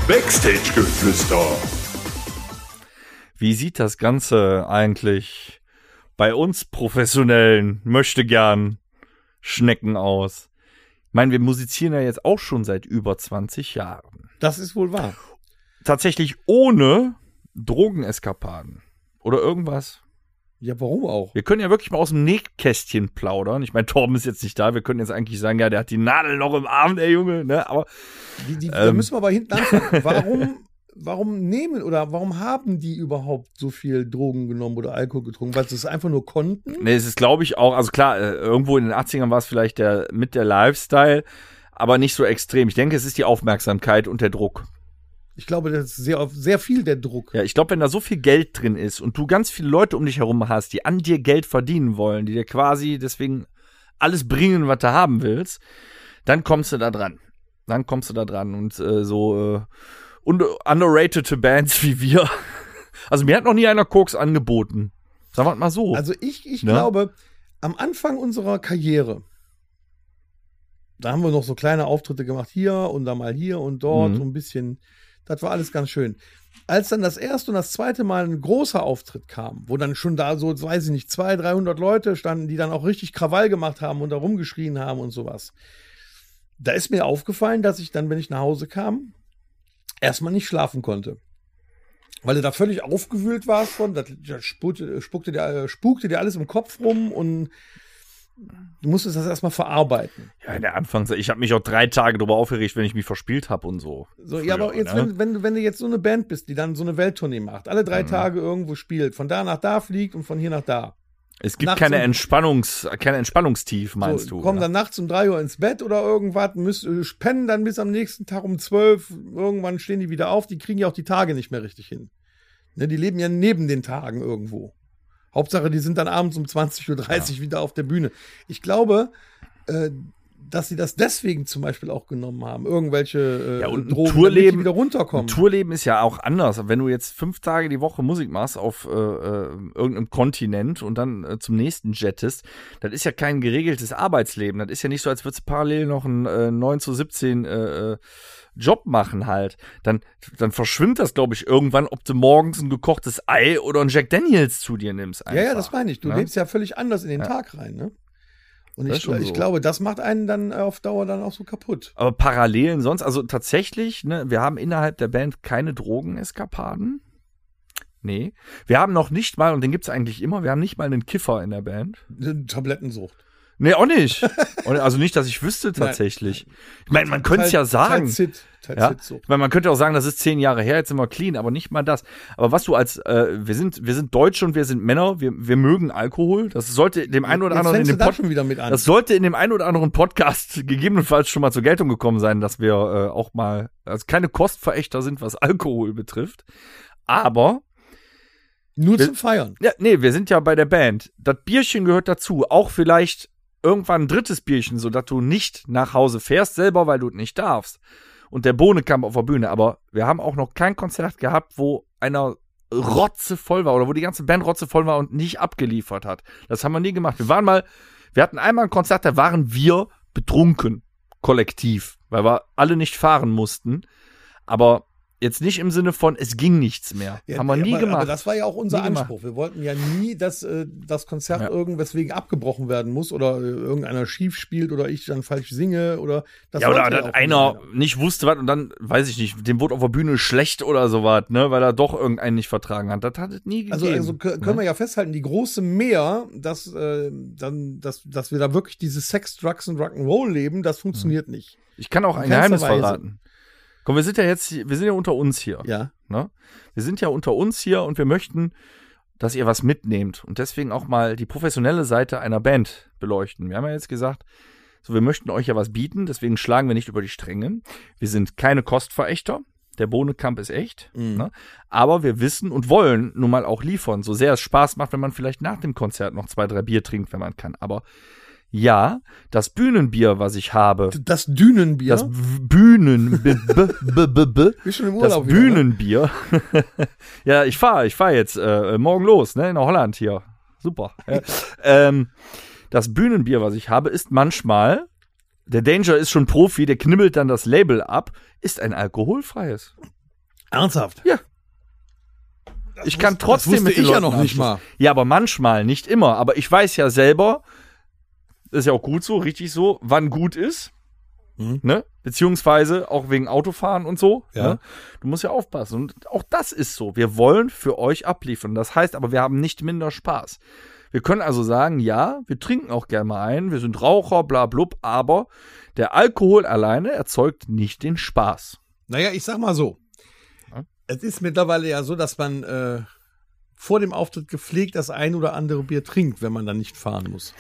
Backstage-Geflüster. Wie sieht das Ganze eigentlich bei uns Professionellen möchte gern Schnecken aus? Ich meine, wir musizieren ja jetzt auch schon seit über 20 Jahren. Das ist wohl wahr. Tatsächlich ohne Drogeneskapaden oder irgendwas. Ja, warum auch? Wir können ja wirklich mal aus dem Nähkästchen plaudern. Ich meine, Torben ist jetzt nicht da. Wir können jetzt eigentlich sagen, ja, der hat die Nadel noch im Arm, der Junge. Ne? Aber Die, die, da Ähm. müssen wir aber hinten anfangen. Warum, warum nehmen oder warum haben die überhaupt so viel Drogen genommen oder Alkohol getrunken? Weil sie es einfach nur konnten? Nee, ne, es ist, glaube ich, auch, also klar, äh, irgendwo in den 80ern war es vielleicht der, mit der Lifestyle, aber nicht so extrem. Ich denke, es ist die Aufmerksamkeit und der Druck. Ich glaube, das ist sehr, auf- sehr viel der Druck. Ja, ich glaube, wenn da so viel Geld drin ist und du ganz viele Leute um dich herum hast, die an dir Geld verdienen wollen, die dir quasi deswegen alles bringen, was du haben willst, dann kommst du da dran. Dann kommst du da dran und äh, so äh, und underrated Bands wie wir. Also mir hat noch nie einer Koks angeboten. Sagen wir mal so. Also ich, ich Ne? glaube, am Anfang unserer Karriere, da haben wir noch so kleine Auftritte gemacht, hier und da mal hier und dort, Mhm. so ein bisschen. Das war alles ganz schön. Als dann das erste und das zweite Mal ein großer Auftritt kam, wo dann schon da so, weiß ich nicht, 200, 300 Leute standen, die dann auch richtig Krawall gemacht haben und da rumgeschrien haben und sowas. Da ist mir aufgefallen, dass ich dann, wenn ich nach Hause kam, erstmal nicht schlafen konnte. Weil du da völlig aufgewühlt warst von, das, das spukte, spuckte dir, äh, spukte dir alles im Kopf rum und du musstest das erstmal verarbeiten. Ja, in der Anfangszeit. Ich habe mich auch drei Tage darüber aufgeregt, wenn ich mich verspielt habe und so. So, ja, aber Früher, jetzt, ne? wenn, wenn, du- wenn du jetzt so eine Band bist, die dann so eine Welttournee macht, alle Mhm. drei Tage irgendwo spielt, von da nach da fliegt und von hier nach da. Es gibt nachts keine um- Entspannungs, keine Entspannungstief, meinst so, du? Komm ne? dann nachts um drei Uhr ins Bett oder irgendwas, müsst, äh, pennen dann bis am nächsten Tag um zwölf, irgendwann stehen die wieder auf, die kriegen ja auch die Tage nicht mehr richtig hin. Ne, die leben ja neben den Tagen irgendwo. Hauptsache, die sind dann abends um 20.30 Uhr wieder auf der Bühne. Ich glaube, äh, dass sie das deswegen zum Beispiel auch genommen haben. Irgendwelche äh, Ja, und ein Drogen, damit Tourleben- die wieder runterkommen. Ein Tourleben ist ja auch anders. Wenn du jetzt fünf Tage die Woche Musik machst auf äh, äh, irgendeinem Kontinent und dann äh, zum nächsten jettest, das ist ja kein geregeltes Arbeitsleben. Das ist ja nicht so, als würdest du parallel noch einen äh, 9 zu 17 äh, äh, Job machen halt. Dann, dann verschwimmt das, glaube ich, irgendwann, ob du morgens ein gekochtes Ei oder ein Jack Daniels zu dir nimmst. Ja, ja, einfach, das meine ich. Du ne? lebst ja völlig anders in den Ja. Tag rein, ne? Und Das ist ich, schon ich so. glaube, das macht einen dann äh, auf Dauer dann auch so kaputt. Aber Parallelen sonst, also tatsächlich, ne, wir haben innerhalb der Band keine Drogeneskapaden. Nee. Wir haben noch nicht mal, und den gibt's eigentlich immer, wir haben nicht mal einen Kiffer in der Band. Tablettensucht. Nee, auch nicht. Und also nicht, dass ich wüsste tatsächlich. Ich meine, man könnte es ja sagen. Tazit, Ja? Tazit Ich meine, man könnte auch sagen, das ist zehn Jahre her, jetzt sind wir clean, aber nicht mal das. Aber was du als, äh, wir sind, wir sind Deutsche und wir sind Männer, wir, wir mögen Alkohol. Das sollte dem einen oder Jetzt anderen in fängst du dem da Pod schon wieder mit an. das sollte in dem einen oder anderen Podcast gegebenenfalls schon mal zur Geltung gekommen sein, dass wir äh, auch mal also keine Kostverächter sind, was Alkohol betrifft. Aber Nur Wir- zum Feiern. ja, nee, wir sind ja bei der Band. Das Bierchen gehört dazu. Auch vielleicht irgendwann ein drittes Bierchen, sodass du nicht nach Hause fährst, selber, weil du es nicht darfst. Und der Bohne kam auf der Bühne. Aber wir haben auch noch kein Konzert gehabt, wo einer Rotze voll war oder wo die ganze Band Rotze voll war und nicht abgeliefert hat. Das haben wir nie gemacht. Wir waren mal, wir hatten einmal ein Konzert, da waren wir betrunken. Kollektiv. Weil wir alle nicht fahren mussten. Aber jetzt nicht im Sinne von, es ging nichts mehr. Ja, haben wir nie aber, gemacht. Aber das war ja auch unser Nie gemacht. Anspruch. Wir wollten ja nie, dass äh, das Konzert Ja. irgendwas wegen abgebrochen werden muss oder äh, irgendeiner schief spielt oder ich dann falsch singe oder das ja, oder wollte dass auch einer keiner. nicht wusste was und dann, weiß ich nicht, dem wurde auf der Bühne schlecht oder sowas, ne, weil er doch irgendeinen nicht vertragen hat. Das hat es nie gegeben. Also, also kö- ne? können wir ja festhalten, die große Mehr, dass, äh, dann, dass, dass wir da wirklich dieses Sex, Drugs und Rock'n'Roll leben, das Mhm. funktioniert nicht. ich kann auch in ein keinster Geheimnis Weise. verraten. Komm, wir sind ja jetzt, hier- wir sind ja unter uns hier. Ja. Ne? Wir sind ja unter uns hier und wir möchten, dass ihr was mitnehmt und deswegen auch mal die professionelle Seite einer Band beleuchten. Wir haben ja jetzt gesagt, so wir möchten euch ja was bieten, deswegen schlagen wir nicht über die Stränge. Wir sind keine Kostverächter. Der Bohnekamp ist echt. Ne? Aber wir wissen und wollen nun mal auch liefern, so sehr es Spaß macht, wenn man vielleicht nach dem Konzert noch zwei, drei Bier trinkt, wenn man kann. Aber ja, das Bühnenbier, was ich habe, D- Das Dünenbier. das W- Bühnen, b, b, b, b, b, Bist schon im das Urlaub wieder, ne? Bühnenbier. ja, ich fahre, ich fahre jetzt äh, morgen los, ne, in Holland hier. Super. Ja. ähm, das Bühnenbier, was ich habe, ist manchmal, der Danger ist schon Profi, der knibbelt dann das Label ab, ist ein alkoholfreies. Ernsthaft. ich kann trotzdem das wusste mit den ich ja Leuten noch nicht anstoßen. Ja, aber manchmal, nicht immer. Aber ich weiß ja selber, das ist ja auch gut so, richtig so, wann gut ist. Mhm. Ne? Beziehungsweise auch wegen Autofahren und so. Ja. Ne? Du musst ja aufpassen. Und auch das ist so. Wir wollen für euch abliefern. Das heißt aber, wir haben nicht minder Spaß. Wir können also sagen, ja, wir trinken auch gerne mal ein, wir sind Raucher, bla blub, aber der Alkohol alleine erzeugt nicht den Spaß. Naja, ich sag mal so. Ja. Es ist mittlerweile ja so, dass man äh, vor dem Auftritt gepflegt das ein oder andere Bier trinkt, wenn man dann nicht fahren muss.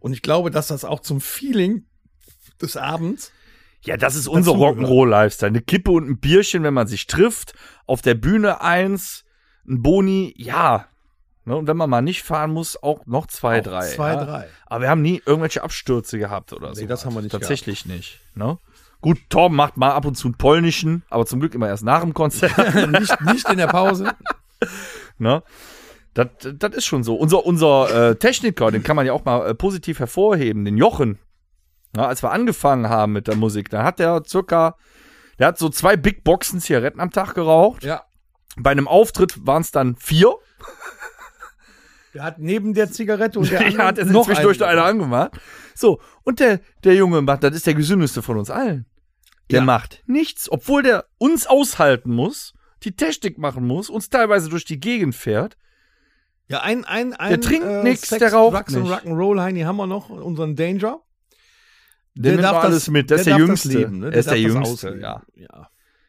Und ich glaube, dass das auch zum Feeling des Abends. Ja, das ist unser Rock'n'Roll-Lifestyle. Eine Kippe und ein Bierchen, wenn man sich trifft. Auf der Bühne eins, ein Boni, ja. Ne, und wenn man mal nicht fahren muss, auch noch zwei, Auch drei. zwei, ja. drei. Aber wir haben nie irgendwelche Abstürze gehabt oder so. Nee, das haben wir nicht Tatsächlich nicht. Ne? Gut, Tom macht mal ab und zu einen polnischen, aber zum Glück immer erst nach dem Konzert. nicht, nicht in der Pause. ne? Das, das ist schon so. Unser, unser äh, Techniker, den kann man ja auch mal äh, positiv hervorheben, den Jochen. Na, als wir angefangen haben mit der Musik, da hat der circa, der hat so zwei Big Boxen Zigaretten am Tag geraucht. Ja. Bei einem Auftritt waren es dann vier. Der hat neben der Zigarette und der Ja, anderen hat er noch sich durch eine. eine angemacht. So, und der, der Junge macht, das ist der gesündeste von uns allen. Der Ja. macht nichts, obwohl der uns aushalten muss, die Technik machen muss, uns teilweise durch die Gegend fährt. Ja, ein, ein, ein. äh, trinkt nix, der raucht Drugs und nicht. Rock'n'Roll, Heini, haben wir noch, unseren Danger. Der, nimmt alles mit. Der, ist der darf Jüngste. Das leben, ne? Er ist der darf das Jüngste, ausleben. ja. ja.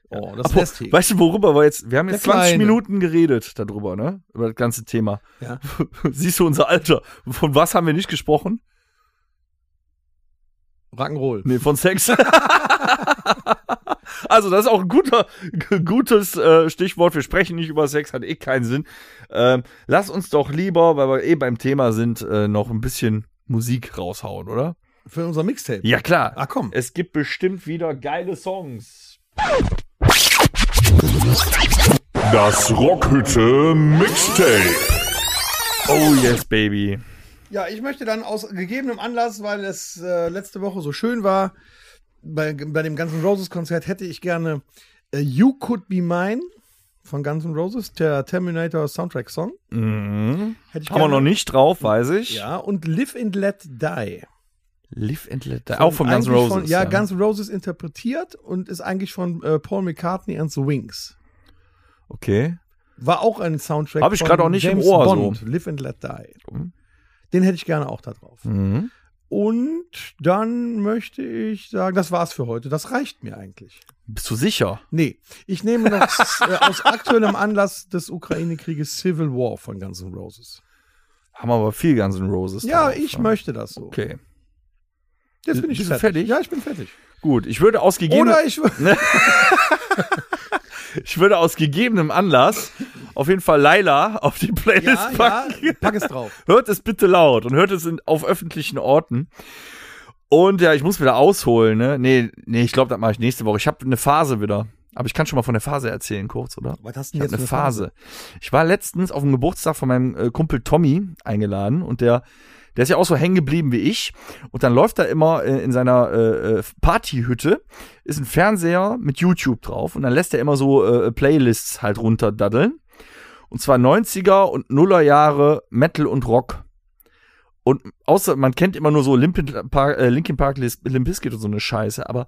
Oh, das Apro- lässt hier. weißt du, worüber wir jetzt, wir haben jetzt Der 20 Kleine. Minuten geredet darüber, ne? Über das ganze Thema. Ja. Siehst du unser Alter? Von was haben wir nicht gesprochen? Rock'n'Roll. Nee, von Sex. also, das ist auch ein guter, g- gutes äh, Stichwort. Wir sprechen nicht über Sex, hat eh keinen Sinn. Ähm, lass uns doch lieber, weil wir eh beim Thema sind, äh, noch ein bisschen Musik raushauen, oder? Für unser Mixtape. Ja, klar. Ah, komm. Es gibt bestimmt wieder geile Songs. Das Rockhütte Mixtape. Oh, yes, baby. Ja, ich möchte dann aus gegebenem Anlass, weil es äh, letzte Woche so schön war, bei, bei dem Guns N' Roses Konzert hätte ich gerne äh, You Could Be Mine von Guns N' Roses, der Terminator Soundtrack Song. Mhm. Hätte ich Haben wir gerne. noch nicht drauf, weiß ich. Ja, und Live and Let Die. Live and Let Die. Äh, Auch von Guns N' Eigentlich Roses. Von, ja, Guns N' Roses interpretiert und ist eigentlich von äh, Paul McCartney and the Wings. Okay. War auch ein Soundtrack. Hab ich von gerade auch nicht im James Ohr, Bond, so. Live and Let Die. Mhm. Den hätte ich gerne auch da drauf. Mhm. Und dann möchte ich sagen, das war's für heute. Das reicht mir eigentlich. Bist du sicher? Nee, ich nehme noch s- äh, aus aktuellem Anlass des Ukraine-Krieges Civil War von Guns N' Roses. Haben aber viel Guns N' Roses. Ja, drauf, ne? ich möchte das so. Okay. Jetzt bin ich Bist du fertig? fertig. Ja, ich bin fertig. Gut, ich würde aus gegebenem, Oder ich ich würde aus gegebenem Anlass auf jeden Fall Laila auf die Playlist ja, ja, packen. pack es drauf. Hört es bitte laut und hört es in, auf öffentlichen Orten. Und ja, ich muss wieder ausholen, ne? Nee, nee, ich glaube, das mache ich nächste Woche. Ich habe eine Phase wieder. Aber ich kann schon mal von der Phase erzählen, kurz, oder? Was hast Ich habe eine Phase. Ich war letztens auf dem Geburtstag von meinem äh, Kumpel Tommy eingeladen und der, der ist ja auch so hängen geblieben wie ich. Und dann läuft er immer äh, in seiner äh, äh, Partyhütte, ist ein Fernseher mit YouTube drauf und dann lässt er immer so äh, Playlists halt runterdaddeln. Und zwar 90er und Nuller Jahre Metal und Rock. Und außer, man kennt immer nur so Linkin Park, äh, Linkin Park Lis- Limp Bizkit und so eine Scheiße, aber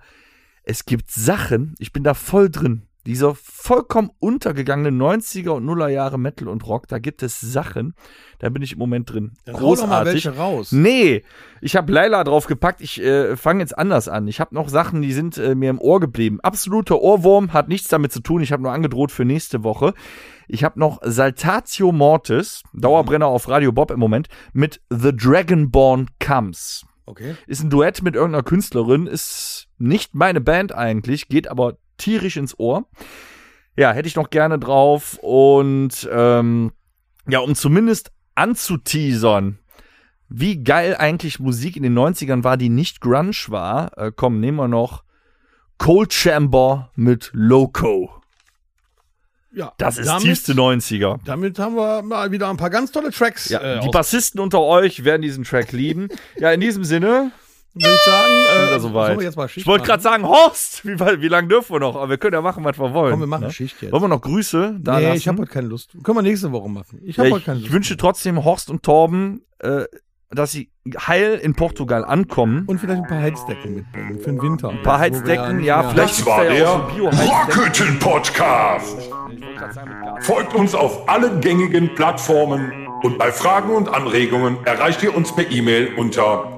es gibt Sachen, ich bin da voll drin. Dieser vollkommen untergegangene 90er und Nuller Jahre Metal und Rock, da gibt es Sachen, da bin ich im Moment drin. Dann hau doch mal Großartig. Hm? welche raus. Nee, ich habe Laila draufgepackt. Ich äh, fange jetzt anders an. Ich habe noch Sachen, die sind äh, mir im Ohr geblieben. Absoluter Ohrwurm, hat nichts damit zu tun. Ich habe nur angedroht für nächste Woche. Ich habe noch Saltatio Mortis, Dauerbrenner auf Radio Bob im Moment, mit The Dragonborn Comes. Okay. Ist ein Duett mit irgendeiner Künstlerin, ist nicht meine Band eigentlich, geht aber tierisch ins Ohr. Ja, hätte ich noch gerne drauf. Und ähm, ja, um zumindest anzuteasern, wie geil eigentlich Musik in den 90ern war, die nicht Grunge war, äh, komm, nehmen wir noch Cold Chamber mit Loco. Ja, Das ist damit, tiefste 90er. Damit haben wir mal wieder ein paar ganz tolle Tracks. Ja, äh, die aus- Bassisten unter euch werden diesen Track lieben. ja, in diesem Sinne, würde ich sagen. äh, wieder soweit. sollen wir jetzt mal Schicht ich wollte machen? gerade sagen, Horst, wie, weit- wie lange dürfen wir noch? Aber wir können ja machen, was wir wollen. Komm, wir machen ne? Schicht jetzt. Wollen wir noch Grüße da nee, lassen? ich habe heute keine Lust. Können wir nächste Woche machen. Ich habe Ja, heute ich, keine Lust. ich wünsche trotzdem Horst und Torben, äh, dass sie heil in Portugal ankommen. und vielleicht ein paar Heizdecken mitbringen für den Winter. Ein paar Heizdecken, ja, vielleicht Das war ist da der ja auch so ne? Bio-Heizdecken. Rockhütten Podcast. Folgt uns auf allen gängigen Plattformen und bei Fragen und Anregungen erreicht ihr uns per E-Mail unter